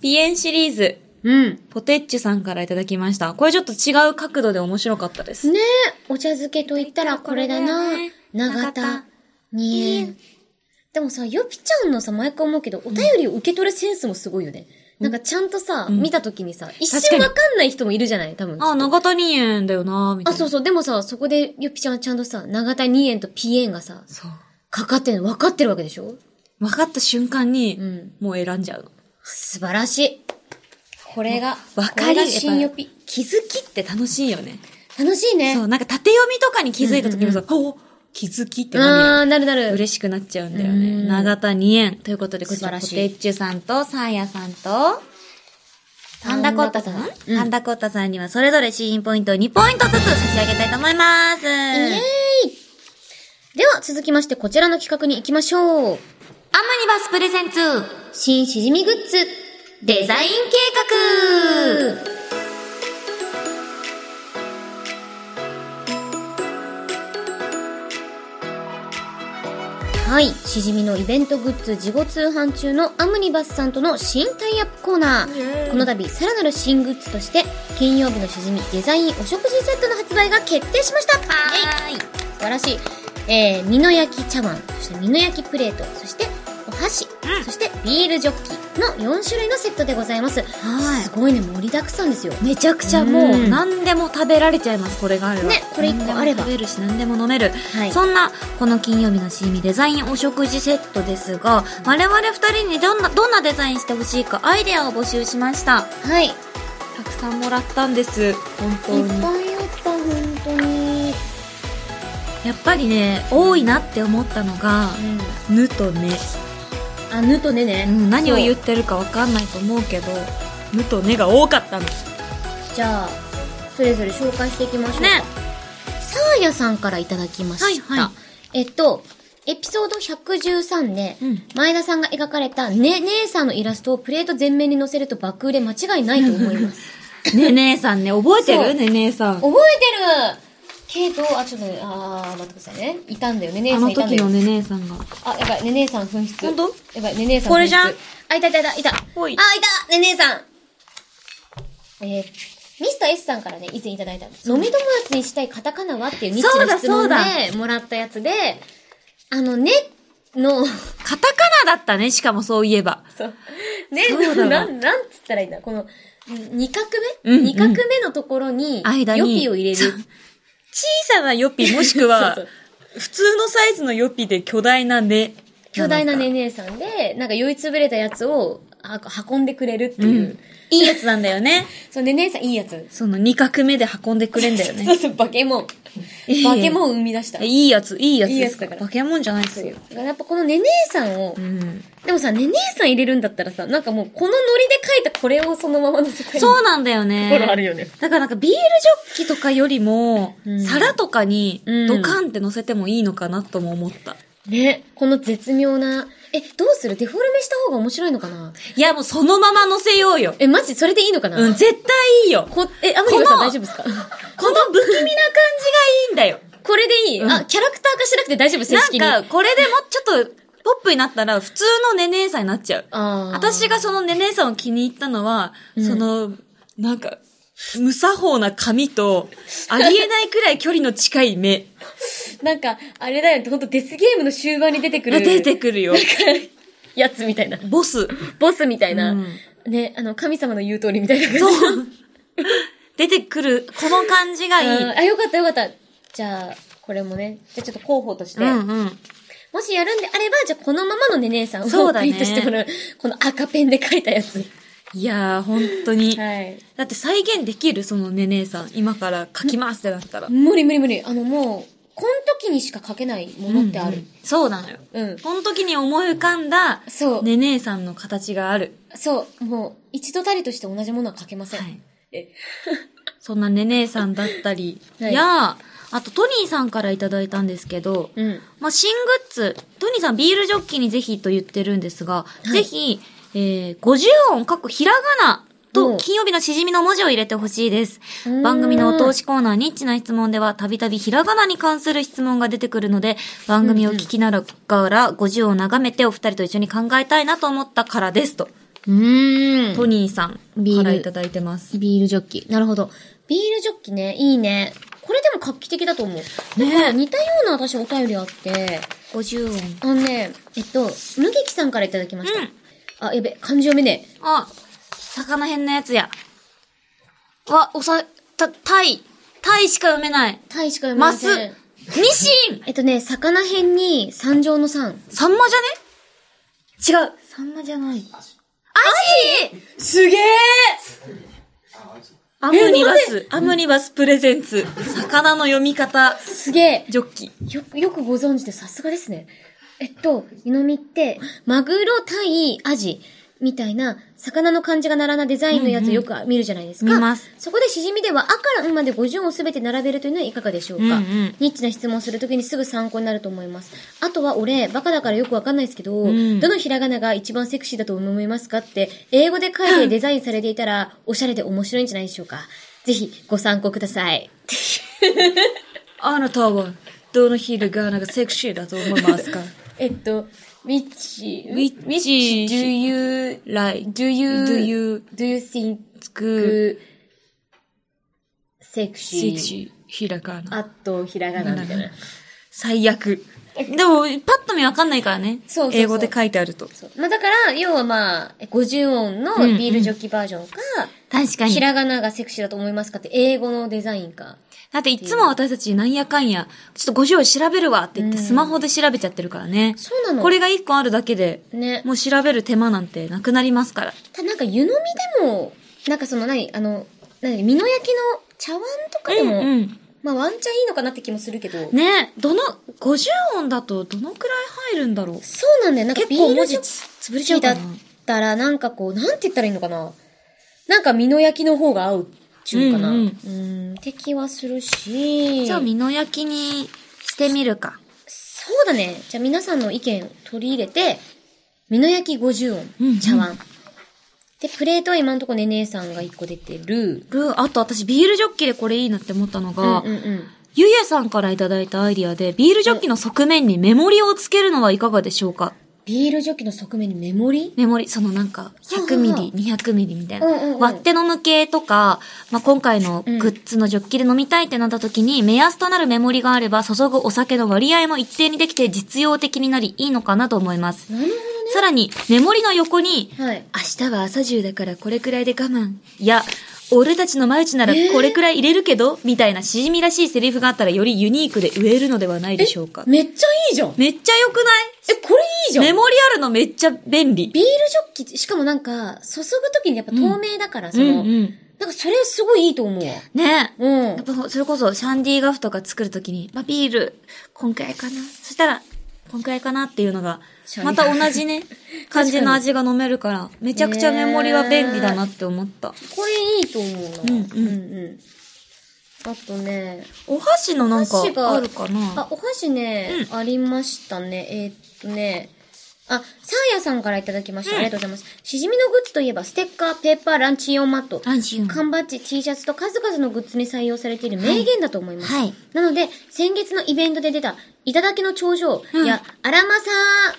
Speaker 1: ピエンシリーズ、
Speaker 2: うん。ね
Speaker 1: ポテッチュさんからいただきました。これちょっと違う角度で面白かったです。
Speaker 2: え、お茶漬けと言ったらこれだな。長田、にえん。でもさ、よぴちゃんのさ、毎回思うけど、お便りを受け取るセンスもすごいよね。なんかちゃんとさ、見た時にさ、一瞬わかんない人もいるじゃない多分。
Speaker 1: あ、長谷園だよなみたい
Speaker 2: あ、
Speaker 1: な。
Speaker 2: そう
Speaker 1: う。
Speaker 2: そう。でもさ、そこで、ゆっぴちゃんはちゃんとさ、長田2円と P 円がさ、
Speaker 1: そう。
Speaker 2: かかってるの分かってるわけでしょ
Speaker 1: 分かった瞬間に、
Speaker 2: うん
Speaker 1: もう選んじゃうの。
Speaker 2: 素晴らしい。これが、
Speaker 1: 分
Speaker 2: こ
Speaker 1: か
Speaker 2: れ
Speaker 1: り
Speaker 2: が
Speaker 1: やっぱ
Speaker 2: 新よぴ。
Speaker 1: 気づきって楽しいよね。
Speaker 2: 楽しいね。
Speaker 1: そう、なんか縦読みとかに気づいた時もさ、お気づきって何
Speaker 2: あー、なるなる。
Speaker 1: 嬉しくなっちゃうんだよ
Speaker 2: う
Speaker 1: ね。
Speaker 2: ん
Speaker 1: 長田2円。ということで、こち
Speaker 2: 素晴
Speaker 1: ら、
Speaker 2: ら
Speaker 1: ポ
Speaker 2: しい
Speaker 1: テッチュさんと、サーヤさんと、パンダコッタさん
Speaker 2: パンダコッタさん
Speaker 1: パンダコッタさんには、それぞれシーンポイントを2ポイントずつ差し上げたいと思います。
Speaker 2: イエーイでは、続きまして、こちらの企画に行きましょう。
Speaker 1: アムニバスプレゼンツ
Speaker 2: 新しじみグッズ、デザイン計画はい。しじみのイベントグッズ事後通販中のアムニバスさんとの新タイアップコーナー。この度、さらなる新グッズとして、金曜日のしじみデザインお食事セットの発売が決定しましたイエイ素晴らしい。えー、身の焼き茶碗、そして身の焼きプレート、そしてお箸、そしてビールジョッキの4種類のセットでございます。
Speaker 1: はい
Speaker 2: すごいね、盛りだくさんですよ。
Speaker 1: めちゃくちゃも
Speaker 2: う
Speaker 1: う、
Speaker 2: ん
Speaker 1: 何でも食べられちゃいます、これがあれば。
Speaker 2: ねこれ一個あれ
Speaker 1: 何でも
Speaker 2: ば
Speaker 1: 食べるし、何でも飲める。
Speaker 2: はい
Speaker 1: そんな、この金曜日のしみデザインお食事セットですが、我々二人にどんな、どんなデザインしてほしいかアイデアを募集しました。
Speaker 2: はい。いった
Speaker 1: くさんもらったんです本当
Speaker 2: ぱい
Speaker 1: に
Speaker 2: あった、本当に。
Speaker 1: やっぱりね多いなって思ったのが「ぬ」と「ね
Speaker 2: あ、ぬとね」
Speaker 1: う
Speaker 2: ね。
Speaker 1: ん何を言
Speaker 2: う
Speaker 1: ってるか分かんないと思うけど「ぬ」と「ね」が多かったの
Speaker 2: じゃあ、それぞれ紹介していきましょうか。
Speaker 1: ね
Speaker 2: サーヤさんからいただきました。
Speaker 1: はいはい
Speaker 2: えっと、エピソード113で、
Speaker 1: うん
Speaker 2: 前田さんが描かれたね、姉さんのイラストをプレート全面に載せると爆売れ間違いないと思います。
Speaker 1: ねねえさんね覚えて
Speaker 2: そ
Speaker 1: る
Speaker 2: う
Speaker 1: ねねえさん
Speaker 2: 覚えてるけど、あ、ちょっとね、あー、待ってくださいね。いたんだよね、
Speaker 1: あ
Speaker 2: 姉さん
Speaker 1: の
Speaker 2: いたんだ
Speaker 1: 時の
Speaker 2: よ。
Speaker 1: ねねえさんが
Speaker 2: あ、やばい、ね姉さん紛失。
Speaker 1: ほんと
Speaker 2: やばい、ね姉さん紛失。
Speaker 1: これじゃん
Speaker 2: あ、いたいたいた、いた。あ、い
Speaker 1: ほい
Speaker 2: たね姉さんえーっミスター S さんからね、以前いただいた、飲み友達にしたいカタカナはっていうニッチ
Speaker 1: そう
Speaker 2: な
Speaker 1: だ
Speaker 2: 質問
Speaker 1: そう
Speaker 2: でもらったやつで、あの、ね、の、
Speaker 1: カタカナだったね、しかもそういえば。
Speaker 2: そう。ね、
Speaker 1: そうだわ
Speaker 2: なん、なんつったらいいんだ、この、二画目、
Speaker 1: うんうん
Speaker 2: 二画目のところに、
Speaker 1: 間に
Speaker 2: 予備を入れる。
Speaker 1: 小さなヨ ピもしく
Speaker 2: そうそう
Speaker 1: 普通のサイズのヨピで巨大なね。
Speaker 2: 巨大なね
Speaker 1: ね。
Speaker 2: ねえさんで、なんか酔いつぶれたやつをあ運んでくれるっていう。
Speaker 1: いいやつなんだよね。
Speaker 2: そう、ねねえさんいいやつ。
Speaker 1: その2画目で運んでくれんだよ
Speaker 2: そう
Speaker 1: ね。
Speaker 2: そう、バケモン。
Speaker 1: いえいえ
Speaker 2: バケモンを生み出した。
Speaker 1: いいやつ、いいやつです
Speaker 2: いいやつだから
Speaker 1: バケモンじゃないですよ。
Speaker 2: だからやっぱこのねねえさんを、
Speaker 1: うん。
Speaker 2: でもさ、ねねえさん入れるんだったらさ、なんかもうこのノリで書いたこれをそのまま載せたい。
Speaker 1: そうなんだよね。
Speaker 2: ところあるよね。
Speaker 1: だからなんかビールジョッキとかよりも、
Speaker 2: うん
Speaker 1: 皿とかに
Speaker 2: うん
Speaker 1: ドカンって乗せてもいいのかなとも思った。
Speaker 2: ね。この絶妙な。え、どうするデフォルメした方が面白いのかない
Speaker 1: やもうそのまま乗せようよ。
Speaker 2: え、マジそれでいいのかな
Speaker 1: うん、絶対いいよ。こ
Speaker 2: こ、え、アムリバさん
Speaker 1: この
Speaker 2: 大丈夫ですか
Speaker 1: の不気味な感じがいいんだよ。
Speaker 2: これでいい、
Speaker 1: うん
Speaker 2: あ、キャラクター化しなくて大丈夫正式に。
Speaker 1: なんか、これでもちょっと、ポップになったら普通のねねえさんになっちゃう。
Speaker 2: あー
Speaker 1: 私がそのねねえさんを気に入ったのは、
Speaker 2: うん
Speaker 1: その、なんか、無作法な髪と、ありえないくらい距離の近い目
Speaker 2: なんか、あれだよ、ほんとデスゲームの終盤に出てく
Speaker 1: が
Speaker 2: る。
Speaker 1: 出てくるよ。
Speaker 2: やつみたいな。
Speaker 1: ボス。
Speaker 2: ボスみたいな。
Speaker 1: うん
Speaker 2: ね、あの、神様の言う通りみたいな感じ。
Speaker 1: そう。出てくる、この感じがいい。
Speaker 2: うんあ、よかったよかった。じゃあ、これもね。じゃあちょっと候補として。
Speaker 1: うん
Speaker 2: もしやるんであれば、じゃあこのままのねねえさんを
Speaker 1: そうだね
Speaker 2: プリッとしてもらう。この赤ペンで書いたやつ。
Speaker 1: いやー、本当に。
Speaker 2: はい。
Speaker 1: だって再現できるそのねねえさん。今から書きますってなったら。
Speaker 2: 無理無理無理。あのもう、この時にしか書けないものってあ
Speaker 1: う
Speaker 2: る
Speaker 1: ん。そうなのよ。
Speaker 2: うん。
Speaker 1: この時に思い浮かんだ、
Speaker 2: そう。
Speaker 1: ねねえさんの形がある。
Speaker 2: そう。もう、一度たりとして同じものは書けません。
Speaker 1: はい
Speaker 2: え。
Speaker 1: そんなねねえさんだったり、
Speaker 2: はい
Speaker 1: や、あとトニーさんからいただいたんですけど、
Speaker 2: うん。
Speaker 1: まあ、新グッズ、トニーさんビールジョッキにぜひと言ってるんですが、
Speaker 2: い
Speaker 1: ぜひ、えー、50音、かっこひらがな
Speaker 2: お
Speaker 1: と
Speaker 2: う
Speaker 1: 金曜日のしじみの文字を入れてほしいです
Speaker 2: うーん。
Speaker 1: 番組のお通しコーナーニッチな質問では、たびたびひらがなに関する質問が出てくるので、番組を聞きながら50音を眺めてお二人と一緒に考えたいなと思ったからですと、
Speaker 2: うーん。
Speaker 1: トニーさん
Speaker 2: ビール
Speaker 1: からいただいてます。
Speaker 2: ビールジョッキ。なるほど。ビールジョッキね、いいね。これでも画期的だと思う。ね似たような私お便りあって、
Speaker 1: 50音。
Speaker 2: あのね、えっと、無劇さんからいただきました。
Speaker 1: うん
Speaker 2: あ、やべ、漢字読めねえ。
Speaker 1: あ、魚編のやつや。わ、おさ、た、タイ。タイしか読めない。
Speaker 2: タイしか読め
Speaker 1: マ
Speaker 2: ま
Speaker 1: ス
Speaker 2: せん。。
Speaker 1: ニシン
Speaker 2: えっとね、魚編に三乗の三。
Speaker 1: サンマじゃね違う。サンマじゃない。アジ
Speaker 2: すげえ
Speaker 1: アムニバス、アムニバスプレゼンツ。魚の読み方、
Speaker 2: すげえ
Speaker 1: ジョッキ。
Speaker 2: よく、よくご存知でさすがですね。えっと、湯飲みって、マグロ、タイ、アジ、みたいな、魚の漢字が並んだデザインのやつよく見るじゃないですか。
Speaker 1: 見ます
Speaker 2: そこでしじみでは、あからうまで50音をすべて並べるというのはいかがでしょうか、
Speaker 1: うんうん
Speaker 2: ニッチな質問をするときにすぐ参考になると思います。あとは俺、バカだからよくわかんないですけど、
Speaker 1: ん
Speaker 2: どのひらがなが一番セクシーだと思いますかって、英語で書いてデザインされていたら、おしゃれで面白いんじゃないでしょうか。ぜひ、ご参考ください。
Speaker 1: あなたは、どのヒルがなんかセクシーだと思います か
Speaker 2: えっと、ミッチー
Speaker 1: ?Which do you like? Do you, do you
Speaker 2: Do you think
Speaker 1: good
Speaker 2: sexy?
Speaker 1: sexy? ひらがな。
Speaker 2: あと、ひらがなみたいな。
Speaker 1: 最悪。でも、パッと見わかんないからね。
Speaker 2: そうそうそう
Speaker 1: 英語で書いてあると。
Speaker 2: そうまあだから、要はまあ、50音のビールジョッキバージョンか、
Speaker 1: 確か
Speaker 2: ひらがながセクシーだと思いますかって英語のデザインか。
Speaker 1: だっていつも私たちなんやかんや、ちょっと50を調べるわって言って
Speaker 2: うん
Speaker 1: スマホで調べちゃってるからね。
Speaker 2: そうなの
Speaker 1: これが1個あるだけで、
Speaker 2: ね。
Speaker 1: もう調べる手間なんてなくなりますから。
Speaker 2: ただなんか湯飲みでも、なんかその何、あの、何、美濃焼きの茶碗とかでも、
Speaker 1: うんうん
Speaker 2: まあワンチャンいいのかなって気もするけど、
Speaker 1: ねどの、50音だとどのくらい入るんだろう。
Speaker 2: そうなんだよ。なんか
Speaker 1: 結
Speaker 2: ビー
Speaker 1: 構文
Speaker 2: ル
Speaker 1: 字
Speaker 2: ジョッキ
Speaker 1: つ潰れちゃ
Speaker 2: 好
Speaker 1: う
Speaker 2: きだ
Speaker 1: か
Speaker 2: っ
Speaker 1: な。
Speaker 2: たら、なんかこう、なんて言ったらいいのかななんか、身の焼きの方が合うっていうかな。
Speaker 1: う
Speaker 2: うんん、
Speaker 1: うん
Speaker 2: ん、って気はするし。
Speaker 1: じゃあ、身の焼きにしてみるか。
Speaker 2: そうだね。じゃあ、皆さんの意見を取り入れて、身の焼き50音、
Speaker 1: うんうん
Speaker 2: 茶碗。で、プレートは今のとこねねえさんが1個出てる。
Speaker 1: ルあと私ビールジョッキでこれいいなって思ったの
Speaker 2: うん
Speaker 1: が、
Speaker 2: うんうん。
Speaker 1: ゆうやさんからいただいたアイディアで、ビールジョッキの側面にメモリをつけるのはいかがでしょうか
Speaker 2: ビールジョッキの側面にメモリ
Speaker 1: メモリ、そのなんか、100ミリ、200ミリみたいな。
Speaker 2: うんうんうん
Speaker 1: 割って飲む系とか、まあ、今回のグッズのジョッキで飲みたいってなった時に、目安となるメモリがあれば、注ぐお酒の割合も一定にできて実用的になり、いいのかなと思います。
Speaker 2: なるほ
Speaker 1: さらに、メモリの横に、
Speaker 2: どね。はい。
Speaker 1: 明日は朝中だからこれくらいで我慢。いや、俺たちのマルチならこれくらい入れるけど、みたいなしじみらしいセリフがあったらよりユニークで植えるのではないでしょうか。
Speaker 2: めっちゃいいじゃん。え、
Speaker 1: めっちゃ良くない
Speaker 2: これいいじゃん。
Speaker 1: メモリあるのめっちゃ便利。
Speaker 2: ビールジョッキ、しかもなんか、注ぐときにやっぱ透明だから、その、
Speaker 1: うんうん
Speaker 2: なんかそれすごいいいと思うわ。
Speaker 1: ねえ。
Speaker 2: うん
Speaker 1: やっ。ぱほそれこそシャンディーガフとか作るときに、まあ、ビール、こんくらいかな。そしたら、こんくらいかなっていうのが
Speaker 2: シ、ャン
Speaker 1: ま
Speaker 2: ディー
Speaker 1: た
Speaker 2: ガ
Speaker 1: 同じ ね、感じの味が飲めるから、めちゃくちゃメモリは便利だなって思った。
Speaker 2: これいいと思うな。
Speaker 1: うんうん
Speaker 2: うんあとね、
Speaker 1: お箸のなんか
Speaker 2: お箸が
Speaker 1: あるかな
Speaker 2: あ、お箸ね、ありましたね。えーっとね、あ、サーヤさんからいただきました。ありがとうございます。しじみのグッズといえば、ステッカー、ペーパー、ランチ用マット。
Speaker 1: 安心。
Speaker 2: 缶バッジ、T シャツと数々のグッズに採用されている名言だと思います。
Speaker 1: はいはい
Speaker 2: なので、先月のイベントで出た、いただきの頂上や、あらまさ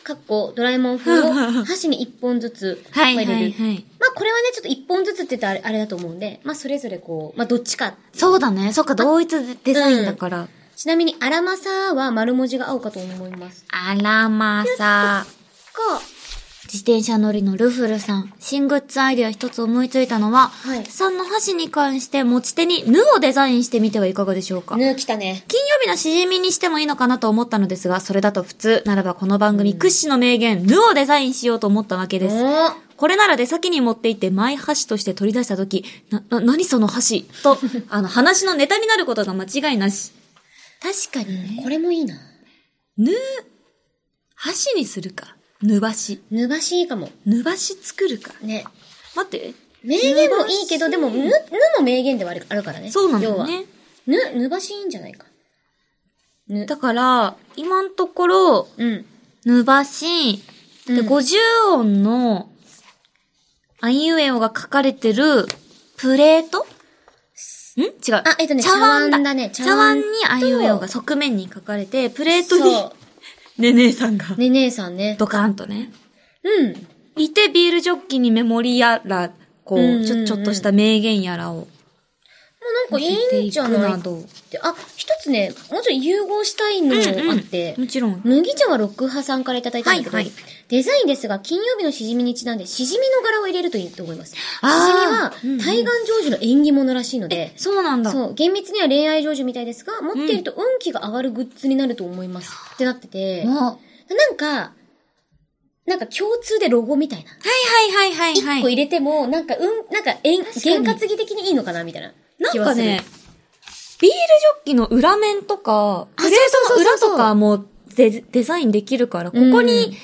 Speaker 2: ー、かっこ、ドラえもん風を箸に一本ずつ
Speaker 1: は
Speaker 2: 入
Speaker 1: い
Speaker 2: れ
Speaker 1: は
Speaker 2: る。
Speaker 1: いはい。
Speaker 2: まあこれはね、ちょっと一本ずつって言ったらあれあれだと思うんで、まあそれぞれこう、まあどっちか。
Speaker 1: そうだね。そっか、同一デザインだから。
Speaker 2: ちなみに、あらまさーは丸文字が合うかと思います。
Speaker 1: あらまさ。
Speaker 2: か、
Speaker 1: 自転車乗りのルフルさん。新グッズアイデア一つ思いついたのは、
Speaker 2: はい
Speaker 1: さんの箸に関して持ち手に「ぬ」をデザインしてみてはいかがでしょうか。
Speaker 2: ぬ、来たね。
Speaker 1: 金曜日のしじみにしてもいいのかなと思ったのですが、それだと普通ならばこの番組屈指の名言、ぬをデザインしようと思ったわけです。
Speaker 2: お
Speaker 1: これなら出先に持って行って前箸として取り出したとき、な、な、何その箸と、あの、話のネタになることが間違いなし。確かにね。
Speaker 2: これもいいな。
Speaker 1: ぬ、箸にするか。ぬばし。
Speaker 2: ぬばしいいかも。
Speaker 1: ぬばし作るか。
Speaker 2: ね。
Speaker 1: 待って。
Speaker 2: 名言もいいけど、でも、ぬ、ぬも名言ではあるあるからね。
Speaker 1: そうなんだ
Speaker 2: 要
Speaker 1: よ
Speaker 2: は
Speaker 1: ね。
Speaker 2: ぬ、ぬばしいいんじゃないか。ぬ、
Speaker 1: だから、今のところ、
Speaker 2: うん。
Speaker 1: ぬばし、で、
Speaker 2: うん
Speaker 1: 50音の、あいうえおが書かれてる、プレートん違う。
Speaker 2: あえっとね茶碗だね
Speaker 1: 茶
Speaker 2: 茶
Speaker 1: 碗
Speaker 2: 碗
Speaker 1: に
Speaker 2: と
Speaker 1: あいうえおが側面に書かれて、プレートに
Speaker 2: そ、
Speaker 1: ねねえさんが、
Speaker 2: う。ね姉さんね。
Speaker 1: ドカーンとね。
Speaker 2: うん。
Speaker 1: いて、ビールジョッキにメモリやら、こ
Speaker 2: うんう
Speaker 1: う、
Speaker 2: んうん
Speaker 1: ちょ、ちょっとした名言やらを、
Speaker 2: もうなんかいいんじゃないっ
Speaker 1: ど。
Speaker 2: て。あ、一つね、もうちょい融合したいのもあって。
Speaker 1: もちろん。
Speaker 2: 麦茶はロック派さんからいただいたんだけど、
Speaker 1: はいはい
Speaker 2: デザインですが、金曜日のしじみにちなんで、しじみの柄を入れるといいと思います。しじみ
Speaker 1: あ
Speaker 2: は
Speaker 1: ー、
Speaker 2: 対岸成就の縁起物らしいので、
Speaker 1: そうなんだ。
Speaker 2: そう、厳密には恋愛成就みたいですが、持っていると運気が上がるグッズになると思います。ってなってて、な
Speaker 1: もう。
Speaker 2: んか、なんか共通でロゴみたいな。
Speaker 1: はいはいはいはい
Speaker 2: 一、
Speaker 1: はい。
Speaker 2: 個入れても、なんか、うん、なんか、えん、
Speaker 1: かに
Speaker 2: 験担ぎ的にいいのかなみたいな。
Speaker 1: なん
Speaker 2: 気は
Speaker 1: か
Speaker 2: する
Speaker 1: ね、、ビールジョッキの裏面とか、プレートの裏とかもデデザインできるから、こ
Speaker 2: ん
Speaker 1: こに、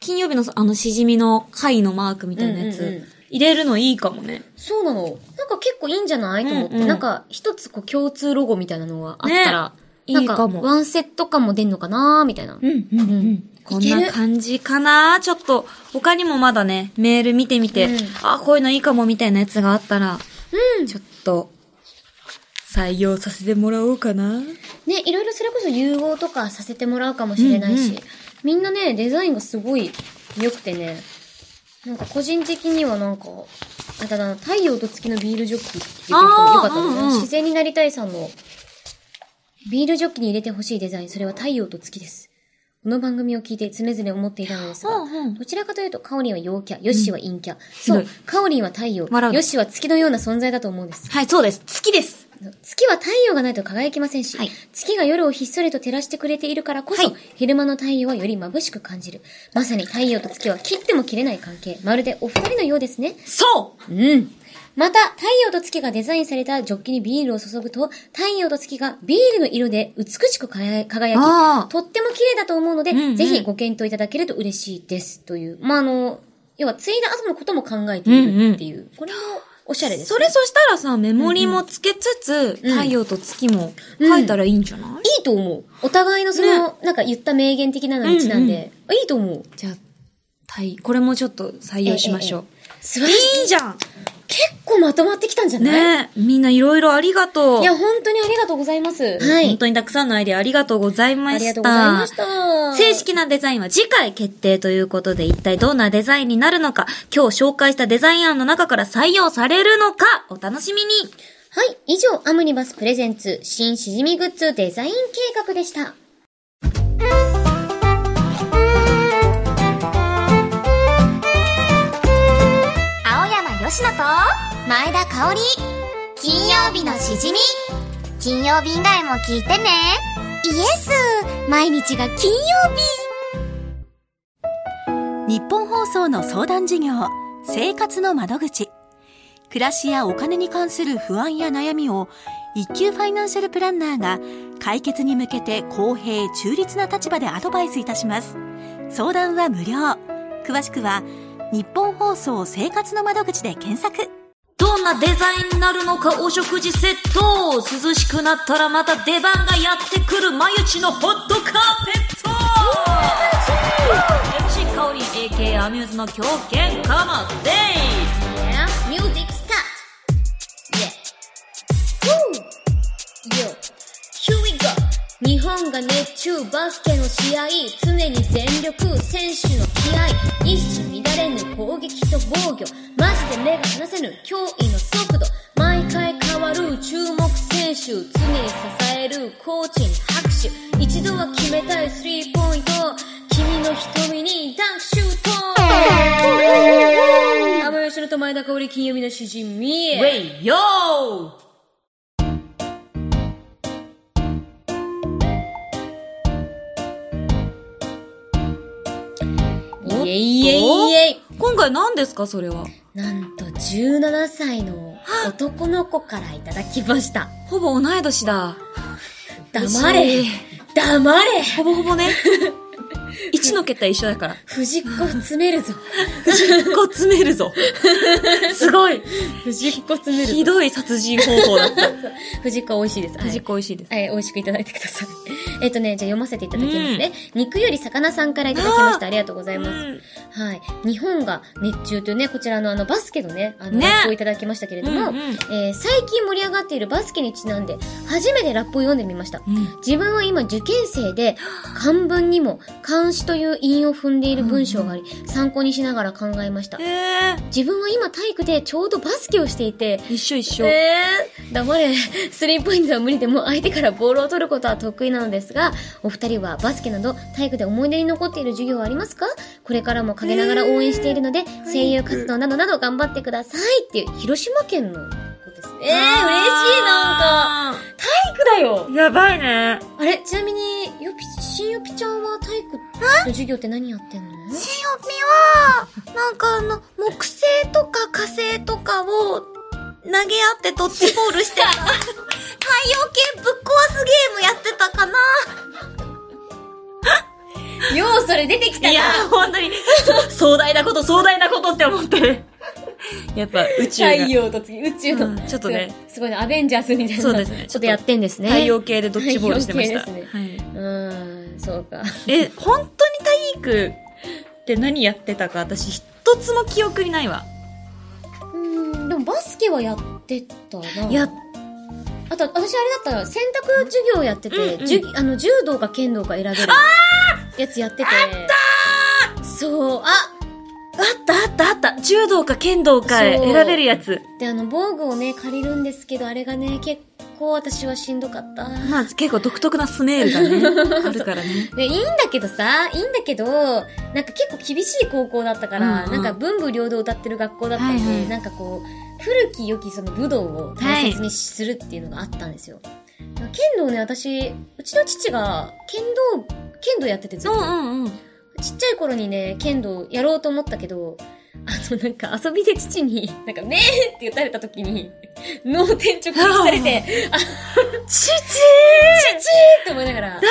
Speaker 1: 金曜日のあのしじみの貝のマークみたいなや
Speaker 2: うんうんうん
Speaker 1: つ、入れるのいいかもね。
Speaker 2: そうなの。なんか結構いいんじゃないと思って、
Speaker 1: うんうん
Speaker 2: なんか一つこう共通ロゴみたいなのがあったら、
Speaker 1: ね
Speaker 2: なん
Speaker 1: いいかも
Speaker 2: ワンセット感も出んのかなーみたいな。
Speaker 1: うんうんうん。こんな感じかなちょっと、他にもまだね、メール見てみて、
Speaker 2: うん
Speaker 1: あ、こういうのいいかもみたいなやつがあったら、ちょっと、採用させてもらおうかな。
Speaker 2: ね、いろいろそれこそ融合とかさせてもらうかもしれないし、
Speaker 1: うんうん
Speaker 2: みんなね、デザインがすごい良くてね、なんか個人的にはなんか、あただな、太陽と月のビールジョッキっていうのも良かったのね、
Speaker 1: あーうんうん
Speaker 2: 自然になりたいさんの、ビールジョッキに入れてほしいデザイン、それは太陽と月です。この番組を聞いて常々思っていたのですが、
Speaker 1: うんうん
Speaker 2: どちらかというと、カオリンは陽キャ、ヨッシーは陰キャ。
Speaker 1: ど
Speaker 2: そ、
Speaker 1: いう
Speaker 2: カオリンは太陽、ヨ
Speaker 1: 笑う
Speaker 2: ッシーは月のような存在だと思うんです。
Speaker 1: はい、そうです。好きです。
Speaker 2: 月は太陽がないと輝きませんし、
Speaker 1: はい
Speaker 2: 月が夜をひっそりと照らしてくれているからこそ、
Speaker 1: はい
Speaker 2: 昼間の太陽はより眩しく感じる。まさに太陽と月は切っても切れない関係。まるでお二人のようですね。
Speaker 1: そう
Speaker 2: うん。また、太陽と月がデザインされたジョッキにビールを注ぐと、太陽と月がビールの色で美しく輝輝
Speaker 1: あー
Speaker 2: き、とっても綺麗だと思うので、
Speaker 1: うんうん
Speaker 2: ぜひご検討いただけると嬉しいです。という。まあ、あの、要は、継いだ後のことも考えているっていう。これも、おしゃれです、ね。
Speaker 1: それそしたらさ、メモリもつけつつ、
Speaker 2: うん
Speaker 1: 太陽と月も書いたらいいんじゃない、
Speaker 2: いいと思う。お互いのその、なんか言った名言的なのにちなんで、いいと思う。
Speaker 1: じゃあ、太これもちょっと採用しましょう。
Speaker 2: 素晴らしい。
Speaker 1: いいじゃん
Speaker 2: 結構まとまってきたんじゃない、
Speaker 1: ねえ、みんないろいろありがとう。
Speaker 2: いや、本当にありがとうございま
Speaker 1: は。
Speaker 2: す。はい
Speaker 1: 本。当にたくさんのアイデアありがとうござい
Speaker 2: あ
Speaker 1: ま
Speaker 2: りが
Speaker 1: し
Speaker 2: とうございま
Speaker 1: た
Speaker 2: し。た。
Speaker 1: 正式なデザインは次回決定ということで、一体どんなデザインになるのか、今日紹介したデザイン案の中から採用されるのか、お楽しみに
Speaker 2: はい。以上、アムニバスプレゼンツ新しじみグッズデザイン計画でした。
Speaker 4: 青山よしと前田香織金曜日のしじみ金曜日以外も聞いてねイエス毎日が金曜日
Speaker 5: 日本放送の相談事業生活の窓口暮らしやお金に関する不安や悩みを一級ファイナンシャルプランナーが解決に向けて公平中立な立場でアドバイスいたします相談は無料詳しくは日本放送生活の窓口で検索
Speaker 1: どんなデザインになるのかお食事セット涼しくなったらまた出番がやってくる眉内のホットカーペット MC 香り AK アミューズの狂犬カマデイ
Speaker 2: ミュージックスタート !Yeah! 日本が熱中バスケの試合常に全力選手の気合一糸乱れぬ攻撃と防御マジで目が離せぬ驚異の速度毎回変わる注目選手常に支えるコーチに拍手一度は決めたいスリーポイント君の瞳にダンクシュート天吉のと前田香織金曜日の詩人みえ
Speaker 1: ェイヨー
Speaker 2: いえいえいえい
Speaker 1: 今回何ですかそれは。
Speaker 2: なんと17歳の男の子からいただきました。
Speaker 1: ほぼ同い年だ。
Speaker 2: 黙
Speaker 1: 嬉
Speaker 2: れ
Speaker 1: しい
Speaker 2: 黙れ
Speaker 1: ほぼほぼ ね。一の桁一緒だから。
Speaker 2: 藤子詰めるぞ。
Speaker 1: 10個詰めるぞ。すごい。
Speaker 2: 藤子詰める
Speaker 1: ひ
Speaker 2: ぞ。
Speaker 1: どい殺人方法だった。
Speaker 2: 藤子美味しいです。はい
Speaker 1: 藤子美味しいです。
Speaker 2: えー美味しくいただいてください。 えっとね、じゃあ読ませていただきますね。肉より魚さんからいただきました。ありがとうございます。はい。日本が熱中というね、こちらのあのバスケのね、あの、
Speaker 1: ね
Speaker 2: ラップをいただきましたけれども、
Speaker 1: うんうん
Speaker 2: えー最近盛り上がっているバスケにちなんで、初めてラップを読んでみました。自分は今受験 生で、漢文にも漢詩という韻を踏んでいる文章があり、参考にしながら考えました。
Speaker 1: え
Speaker 2: 自分は今体育でちょうどバスケをしていて、
Speaker 1: ー、一緒一緒。
Speaker 2: えー、黙れ。スリーポイントは無理でも相手からボールを取ることは得意なのですが、お二人はバスケなど体育で思い出に残っている授業はありますかこれからも陰ながら応援しているので、声優活動などなど頑張ってくださいっていう、広島県のことですね。えー、嬉しい、
Speaker 1: ん
Speaker 2: なんか。
Speaker 1: か。
Speaker 2: 体育だよ。
Speaker 1: やばいね。
Speaker 2: あれ、ちなみに、よぴ、新よぴちゃんは体育の授業って何やってんの
Speaker 4: 金曜日は、なんかあの、木星とか火星とかを投げ合ってドッジボールしてた。太陽系ぶっ壊すゲームやってたかな。
Speaker 2: よう、それ出てき
Speaker 1: いやー、本当に、壮大なこと、壮大なことって思ってる。やっぱ宇宙が。
Speaker 2: 太陽と次、宇宙の、
Speaker 1: うんちょっとね
Speaker 2: すごい。すごいね、アベンジャーズみたいな。
Speaker 1: そうですね
Speaker 2: ちょっとやってんですね。
Speaker 1: 太陽系でドッジボールしてました。
Speaker 2: 太陽系です
Speaker 1: はい、
Speaker 2: うーん、そうか。
Speaker 1: え、本当に体育って何やってたか私一つも記憶にないわ。
Speaker 2: うん、でもバスケはやってたな。
Speaker 1: や、
Speaker 2: あと、私あれだったら、選択授業やってて、
Speaker 1: うんうん
Speaker 2: じゅあの、柔道か剣道か選べる。やつやってて。あったそう、あ
Speaker 1: あったあったあった柔道か剣道か選
Speaker 2: そう
Speaker 1: べるやつ。
Speaker 2: で、あの、防具をね、借りるんですけど、あれがね、結構私はしんどかった。
Speaker 1: まあ結構独特なスネール がね、あるからね。
Speaker 2: で、いいんだけどさ、いいんだけど、なんか結構厳しい高校だったから、
Speaker 1: うんうん
Speaker 2: なんか文武両道を歌ってる学校だったんで、
Speaker 1: はいはい
Speaker 2: なんかこう、古き良きその武道を大切にするっていうのがあったんですよ。剣道ね、私、うちの父が剣道、剣道やっててずっと、
Speaker 1: んうん。
Speaker 2: ちっちゃい頃にね、剣道やろうと思ったけど、あの、なんか遊びで父に、なんか、ねえって打たれた時に、脳天直撃 されて、
Speaker 1: 父
Speaker 2: ちーって思いながら。ダメ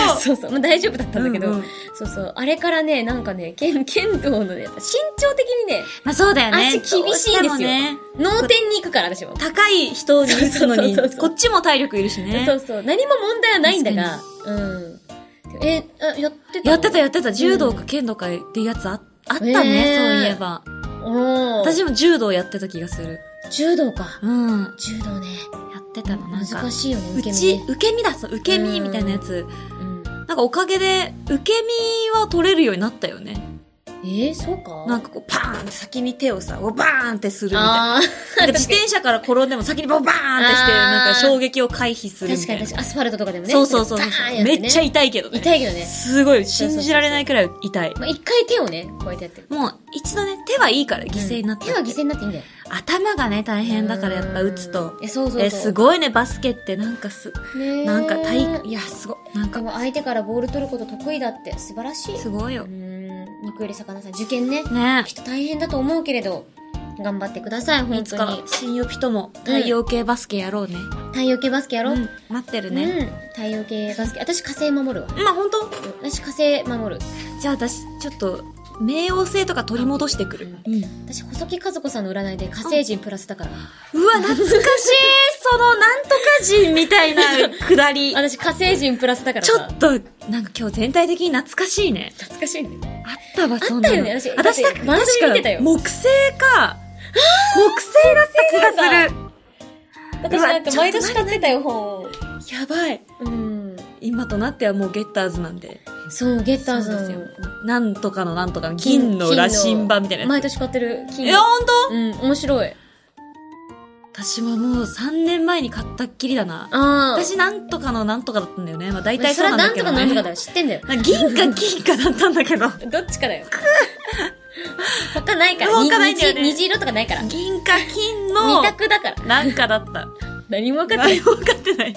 Speaker 2: だよ そうそう。まあ大丈夫だったんだけど、
Speaker 1: うんうん
Speaker 2: そうそう。あれからね、なんかね、剣、剣道のね、身長的にね、
Speaker 1: まあそうだよね。
Speaker 2: 足厳しいです
Speaker 1: どうし
Speaker 2: よ
Speaker 1: てもね
Speaker 2: 脳天に行くから私も。
Speaker 1: 高い人に打つのに
Speaker 2: そうそうそう、そう
Speaker 1: こっちも体力いるしね。
Speaker 2: そうそう。何も問題はないんだが、うん。え、あ、やってた
Speaker 1: やってたやってた。
Speaker 2: ん
Speaker 1: 柔道か剣道かっていうやつああったね、
Speaker 2: ねえ
Speaker 1: そういえば。
Speaker 2: おー
Speaker 1: 私も柔道やってた気がする。
Speaker 2: 柔道か。
Speaker 1: うん。や
Speaker 2: 柔道ね。
Speaker 1: っってたの、なんか。
Speaker 2: 難しいよね、
Speaker 1: う
Speaker 2: 受け身
Speaker 1: ち
Speaker 2: ね、、
Speaker 1: 受け身だ、そう、受け身みたいなやつ。
Speaker 2: うん。
Speaker 1: なんかおかげで、受け身は取れるようになったよね。
Speaker 2: えー、そうか
Speaker 1: なんかこう、パーンって先に手をさ、こうバーンってするみたいな。
Speaker 2: あ
Speaker 1: な
Speaker 2: ー
Speaker 1: んか自転車から転んでも先にバーンってして、
Speaker 2: あー
Speaker 1: なんか衝撃を回避するみ
Speaker 2: 確
Speaker 1: た
Speaker 2: か
Speaker 1: い
Speaker 2: に
Speaker 1: な。
Speaker 2: 確かに、アスファルトとかでもね。
Speaker 1: そうそうそうそう
Speaker 2: バーンや
Speaker 1: め
Speaker 2: てね
Speaker 1: っちゃ痛いけどね。
Speaker 2: 痛いけどね。
Speaker 1: すごい、信じられないくらい痛い。
Speaker 2: まあ、一回手をね、こうやってやってる。
Speaker 1: もう、一度ね、手はいいから犠牲になった、
Speaker 2: 手は犠牲になっていいんだよ。
Speaker 1: 頭がね、大変だからやっぱ打つと
Speaker 2: うん。え、そうそうそう。
Speaker 1: え、すごいね、バスケってなんかす、
Speaker 2: ねー
Speaker 1: なんか体、いや、すごい。なん
Speaker 2: で
Speaker 1: か、
Speaker 2: も相手からボール取ること得意だって素晴らしい。
Speaker 1: すごいうよ
Speaker 2: ー。ん、肉より魚さん、受験ね。
Speaker 1: ね
Speaker 2: きっと大変だと思うけれど、頑張ってください、
Speaker 1: い
Speaker 2: 本
Speaker 1: つ
Speaker 2: 当
Speaker 1: か
Speaker 2: に、。
Speaker 1: 新予備とも、太陽系バスケやろうね。
Speaker 2: 太陽系バスケやろ
Speaker 1: う
Speaker 2: う。
Speaker 1: ん、待ってるね。
Speaker 2: うん。太陽系バスケ。私火星守るわ。
Speaker 1: まあ、本当
Speaker 2: 私火星守る。
Speaker 1: じゃあ私、ちょっと、冥王星とか取り戻してくる。うん。
Speaker 2: 私、細木和子さんの占いで火星人プラスだから。
Speaker 1: うわ、懐かしいその、なんとか人み たいなくだり。
Speaker 2: 私、火星人プラスだから
Speaker 1: ちょ
Speaker 2: さ
Speaker 1: っ。と、なんか今日全体的に懐かしいね。
Speaker 2: 懐かしいね。
Speaker 1: あったわ、そん
Speaker 2: あっ
Speaker 1: な
Speaker 2: た
Speaker 1: の。
Speaker 2: よね私
Speaker 1: 私、
Speaker 2: だっ
Speaker 1: 確
Speaker 2: て
Speaker 1: か、
Speaker 2: 番組見てたよ
Speaker 1: 木星か。木星だった気がする。
Speaker 2: 私なんか毎年買ってたよ、本を。
Speaker 1: やばい。
Speaker 2: うん。
Speaker 1: 今となってはもうゲッターズなんで。
Speaker 2: そう、ゲッターズ
Speaker 1: そう
Speaker 2: の
Speaker 1: ですよ。なんとかのなんとかの銀の羅針盤みたいなや
Speaker 2: 毎年買ってる。
Speaker 1: つ。
Speaker 2: 金
Speaker 1: いや、ほんと
Speaker 2: うん、面白い。
Speaker 1: 私はもう3年前に買ったっきりだな。
Speaker 2: ああ。
Speaker 1: 私なんとかのなんとかだったんだよね。まあ大
Speaker 2: ま
Speaker 1: 体
Speaker 2: あ
Speaker 1: そ
Speaker 2: そ
Speaker 1: う
Speaker 2: れは
Speaker 1: なんだ
Speaker 2: な
Speaker 1: け
Speaker 2: ん
Speaker 1: どね。
Speaker 2: とかなんとかだよ。知ってんだよ。
Speaker 1: あ 銀か銀かだったんだけど。
Speaker 2: どっちかだよ。他ないから。
Speaker 1: 他ないんだよね
Speaker 2: に虹虹色とかないから。二
Speaker 1: 銀か金の、
Speaker 2: 択だから。
Speaker 1: なんかだった。
Speaker 2: 何も分かってな
Speaker 1: 何
Speaker 2: い。
Speaker 1: も分かって ない。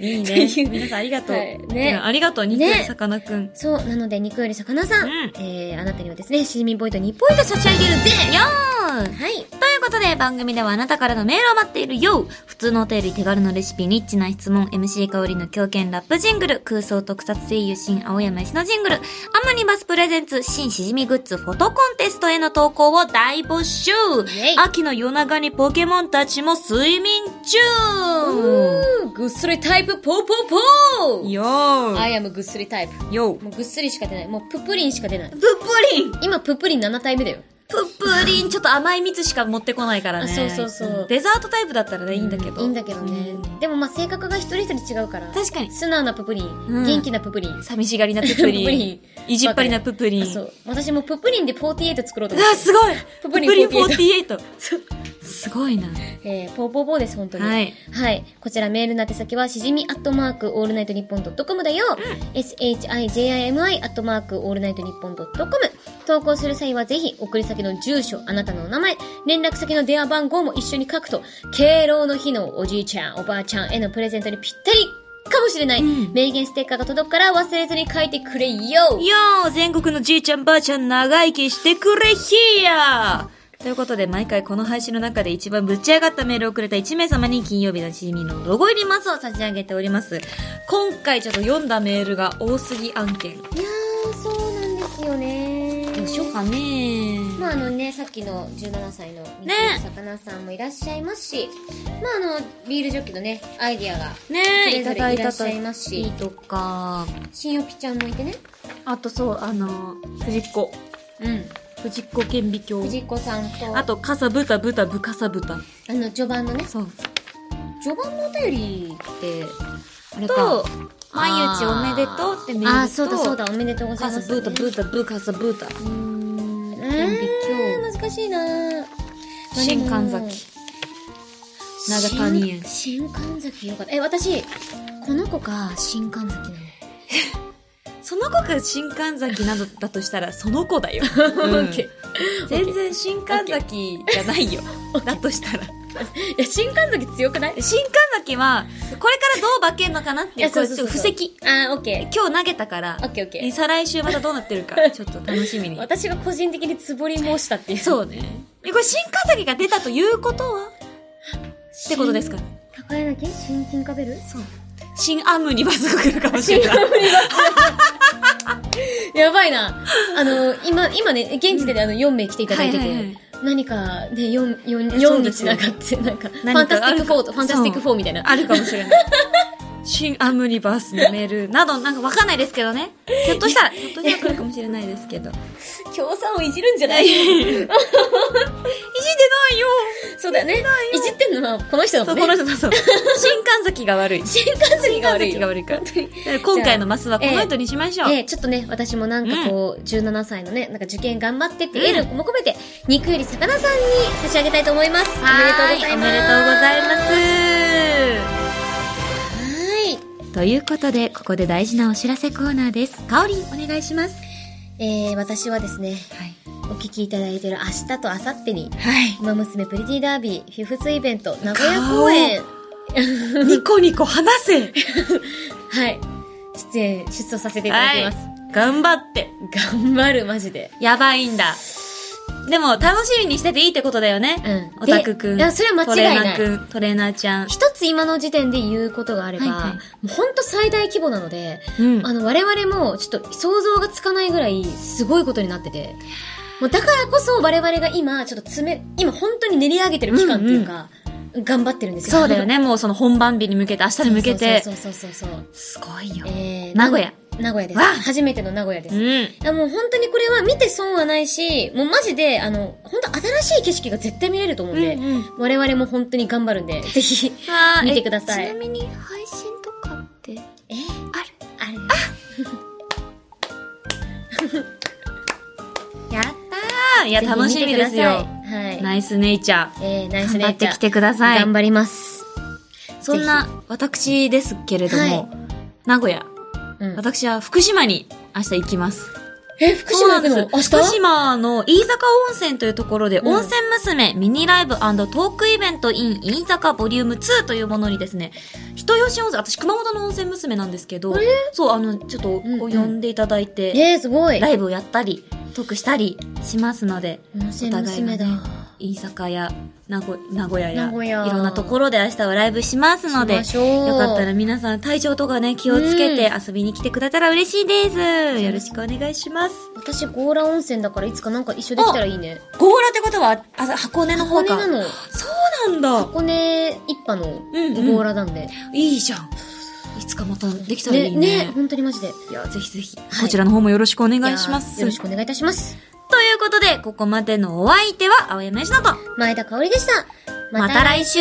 Speaker 1: いいね。皆さんありがとう。
Speaker 2: はいね
Speaker 1: いやありがとう、ニックさかなくん。
Speaker 2: そう、なので、肉より魚さん。
Speaker 1: うん
Speaker 2: えー、あなたにはですね、しじみポイント2ポイント差し上げるぜ
Speaker 1: よー
Speaker 2: はい。
Speaker 1: ということで、番組ではあなたからのメールを待っているよ普通のお便り、手軽のレシピ、ニッチな質問、MC 香りの狂犬ラップジングル、空想特撮声優新青山石のジングル、アムニバスプレゼンツ新しじみグッズフォトコンテストへの投稿を大募集
Speaker 2: イエイ
Speaker 1: 秋の夜長にポケモンたちも睡眠中
Speaker 2: うーぐっすりタイプ、ポーポーポー
Speaker 1: よー
Speaker 2: I am ぐっすりタイプ。
Speaker 1: よー
Speaker 2: もうぐっすりしか出ない。もうプップリンしか出ない。
Speaker 1: プップリン
Speaker 2: 今、プップリン7体目だよ。
Speaker 1: プップリンちょっと甘い蜜しか持ってこないからね
Speaker 2: あそうそうそうん
Speaker 1: デザートタイプだったらねいいんだけど、
Speaker 2: いいんだけどね。でもまあ性格が一人一人違うから。
Speaker 1: 確かに
Speaker 2: 素直なププリン、
Speaker 1: ん
Speaker 2: 元気なププリン。
Speaker 1: 寂しがりなプップ
Speaker 2: ププリ
Speaker 1: リ
Speaker 2: ン
Speaker 1: ンいじっぱりなプップリン
Speaker 2: あそう。私もププリンで48作ろうと思って。
Speaker 1: あすごいプ
Speaker 2: プッ
Speaker 1: ッ
Speaker 2: プ
Speaker 1: プ
Speaker 2: リ
Speaker 1: リ
Speaker 2: ン
Speaker 1: ン
Speaker 2: 48
Speaker 1: 48すごいな
Speaker 2: えー、ぽーぽーぽーです、本当に。
Speaker 1: はい。
Speaker 2: こちらメールの宛先は、しじみアットマークオールナイトニッポンドットコムだよ。shijimi アットマークオールナイトニッポンドットコム。投稿する際は、ぜひ、送り先の住所、あなたのお名前、連絡先の電話番号も一緒に書くと、敬老の日のおじいちゃん、おばあちゃんへのプレゼントにぴったりかもしれない。名言ステッカーが届くから忘れずに書いてくれよ
Speaker 1: よー全国のじいちゃんばあちゃん長生きしてくれひやということで、毎回この配信の中で一番ぶち上がったメールをくれた1名様に金曜日のしじみのロゴ入りマスを差し上げております。今回ちょっと読んだメールが多すぎ案件。
Speaker 2: いやー、そうなんですよね
Speaker 1: どうしようかねー。
Speaker 2: まああのね、さっきの17歳のね
Speaker 1: ね
Speaker 2: 魚さんもいらっしゃいますし、まああの、ビールジョッキのね、アイディアが、
Speaker 1: ね
Speaker 2: そ
Speaker 1: え、
Speaker 2: れ
Speaker 1: い
Speaker 2: ぞ
Speaker 1: た
Speaker 2: れ
Speaker 1: だい
Speaker 2: いら
Speaker 1: た
Speaker 2: っしゃいますし
Speaker 1: とか、
Speaker 2: 新よぴちゃんもいてね、
Speaker 1: あとそう、あの、藤子。
Speaker 2: うん。
Speaker 1: 藤子顕微鏡。
Speaker 2: 藤子さんと、
Speaker 1: あと、かさぶたぶたぶかさぶた。
Speaker 2: あの、序盤のね、
Speaker 1: そう。
Speaker 2: 序盤のお便りって、
Speaker 1: あれ
Speaker 2: と
Speaker 1: か。、毎日おめでとうってメールと。
Speaker 2: あー、そうだそうだ、おめでとうござい
Speaker 1: か
Speaker 2: ま
Speaker 1: さ
Speaker 2: す、
Speaker 1: ぶたぶたぶかさぶた。
Speaker 2: うーん、
Speaker 1: 顕微
Speaker 2: え
Speaker 1: 鏡。
Speaker 2: ー、難しいなぁ。
Speaker 1: 新神崎。長谷園
Speaker 2: 新新神崎よかった。え、私、この子が新神崎なの。
Speaker 1: その子が新神崎などだとしたら、その子だよ。 うん
Speaker 2: ケ
Speaker 1: 全然新神崎じゃないよ。だとしたら。
Speaker 2: いや、新神崎強くない
Speaker 1: 新神崎は、これからどう化けんのかなっていう、これちょっと布石。
Speaker 2: あー、オッケ
Speaker 1: 今日投げたから
Speaker 2: ー。オ、ッケーオッケー。
Speaker 1: 再来週またどうなってるか、ちょっと楽しみに。
Speaker 2: 私が個人的につぼり申したっていう。
Speaker 1: そうね。え、これ新神崎が出たということはってことですから。
Speaker 2: 高柳新金カベル
Speaker 1: そう。新アムニバスが来るかもしれない。
Speaker 2: やばいな。あの、今、今ね、現地でねあの、4名来ていただいて
Speaker 1: はいはいは
Speaker 2: て
Speaker 1: い、
Speaker 2: 何かね、4、4、
Speaker 1: えそう
Speaker 2: 4
Speaker 1: です
Speaker 2: 日
Speaker 1: よ
Speaker 2: なんかって、なんか、ファン
Speaker 1: 何
Speaker 2: タ
Speaker 1: か
Speaker 2: ステ
Speaker 1: あ
Speaker 2: ィッ
Speaker 1: る
Speaker 2: ク
Speaker 1: か
Speaker 2: 4とファンタスティック
Speaker 1: そう
Speaker 2: 4みたいな。
Speaker 1: あるかもしれない。新アムニバースのメールなど、なんかわかんないですけどね。ひょっとしたら、ひょっとしたら来るかもしれないですけど。
Speaker 2: 協賛をいじるんじゃ ないいじってないよそうだよね。いじってんのはこの人だも
Speaker 1: そうん
Speaker 2: ね。
Speaker 1: この人だそう。新神崎が悪い。
Speaker 2: 新幹線が悪い
Speaker 1: 新神崎
Speaker 2: よ。
Speaker 1: が悪いから
Speaker 2: 本当に。
Speaker 1: だから今回のマスはこの人にしましょう。
Speaker 2: ええちょっとね、私もなんかこう、17歳のね、なんか受験頑張ってってエールも込めて、肉より魚さんに差し上げたいと思います。おめでとうござ
Speaker 1: おめでとう
Speaker 2: います。
Speaker 1: ございます。
Speaker 2: はい。
Speaker 1: ということで、ここで大事なお知らせコーナーです。かおりん、お願いします。
Speaker 2: えー、私はですね、
Speaker 1: はい。
Speaker 2: お聞きいただいている明日と明後日に、
Speaker 1: はい。
Speaker 2: 馬娘プリティダービー、フィフスイベント、名古屋公演、
Speaker 1: ニコニコ話せ
Speaker 2: はい。出演、出走させていただきます。
Speaker 1: 頑張って。
Speaker 2: 頑張る、マジで。
Speaker 1: やばいんだ。でも、楽しみにしてていいってことだよね。
Speaker 2: うん
Speaker 1: オタクくん。
Speaker 2: でいやそれは間違いない
Speaker 1: トレーナーくん、トレーナーちゃん。
Speaker 2: 一つ今の時点で言うことがあれば、
Speaker 1: はいはい
Speaker 2: もうほんと最大規模なので、
Speaker 1: うん
Speaker 2: あの、我々もちょっと想像がつかないぐらいすごいことになってて、もうだからこそ我々が今、ちょっと詰め、今本当に練り上げてる期間っていうか、頑張ってるんですよ。
Speaker 1: そうだよ。ね。もうその本番日に向けて、明日に向けて
Speaker 2: そ。うそうそうそうそう。
Speaker 1: すごいよ。
Speaker 2: えー
Speaker 1: 名古屋。
Speaker 2: 名古屋です。
Speaker 1: わあ
Speaker 2: 初めての名古屋です。
Speaker 1: うん。
Speaker 2: いやもう本当にこれは見て損はないし、もうマジで、あの、本当新しい景色が絶対見れると思うんで、
Speaker 1: うんうん
Speaker 2: 我々も本当に頑張るんで、ぜひ、
Speaker 1: あー
Speaker 2: 見てください
Speaker 1: えちなみに、配信とかって、
Speaker 2: えー
Speaker 1: ある
Speaker 2: あれ
Speaker 1: や ったーいや、楽しみですよ。
Speaker 2: はい。
Speaker 1: ナイスネイチャー。
Speaker 2: えー、ナイ
Speaker 1: 頑
Speaker 2: スネ
Speaker 1: 張
Speaker 2: イ
Speaker 1: って
Speaker 2: チャー
Speaker 1: きてください
Speaker 2: 頑。張ります。
Speaker 1: そんな私ですけれども、
Speaker 2: はい
Speaker 1: 名古屋、
Speaker 2: うん
Speaker 1: 私は福島に明日行きます。
Speaker 2: え、福
Speaker 1: そうなんです福島の飯坂温泉というところで、温泉娘ミニライブトークイベント in 飯坂ボリューム2というものにですね、人吉温泉、私熊本の温泉娘なんですけど、そう、あの、ちょっと
Speaker 2: ん
Speaker 1: こう呼んでいただいて、
Speaker 2: えー、すごい。
Speaker 1: ライブをやったり、トークしたりしますので、
Speaker 2: 温泉娘だ
Speaker 1: お互いがね飯坂や名古名古屋や
Speaker 2: 名古屋
Speaker 1: いろんなところで明日はライブしますので
Speaker 2: しましょう
Speaker 1: よかったら皆さん体調とかね気をつけて遊びに来てくれたら嬉しいです、よろしくお願いします
Speaker 2: 私、ゴーラ温泉だからいつかなんか一緒できたらいいね。
Speaker 1: ゴーラってことはあ箱根の方
Speaker 2: 箱根
Speaker 1: か
Speaker 2: なの。
Speaker 1: そうなんだ
Speaker 2: 箱根一派の
Speaker 1: うんうん
Speaker 2: ゴーラなんで。
Speaker 1: いいじゃんいつかまたできたらい
Speaker 2: ね、
Speaker 1: い
Speaker 2: ね
Speaker 1: ね、
Speaker 2: 本当にマジで。
Speaker 1: いやぜひぜひ、
Speaker 2: い
Speaker 1: こちらの方もよろしくお願いしま
Speaker 2: いや
Speaker 1: す
Speaker 2: ーよろしくお願いいたします。
Speaker 1: ということでここまでのお相手は青山佳乃と
Speaker 2: 前田香織でした。
Speaker 1: また来週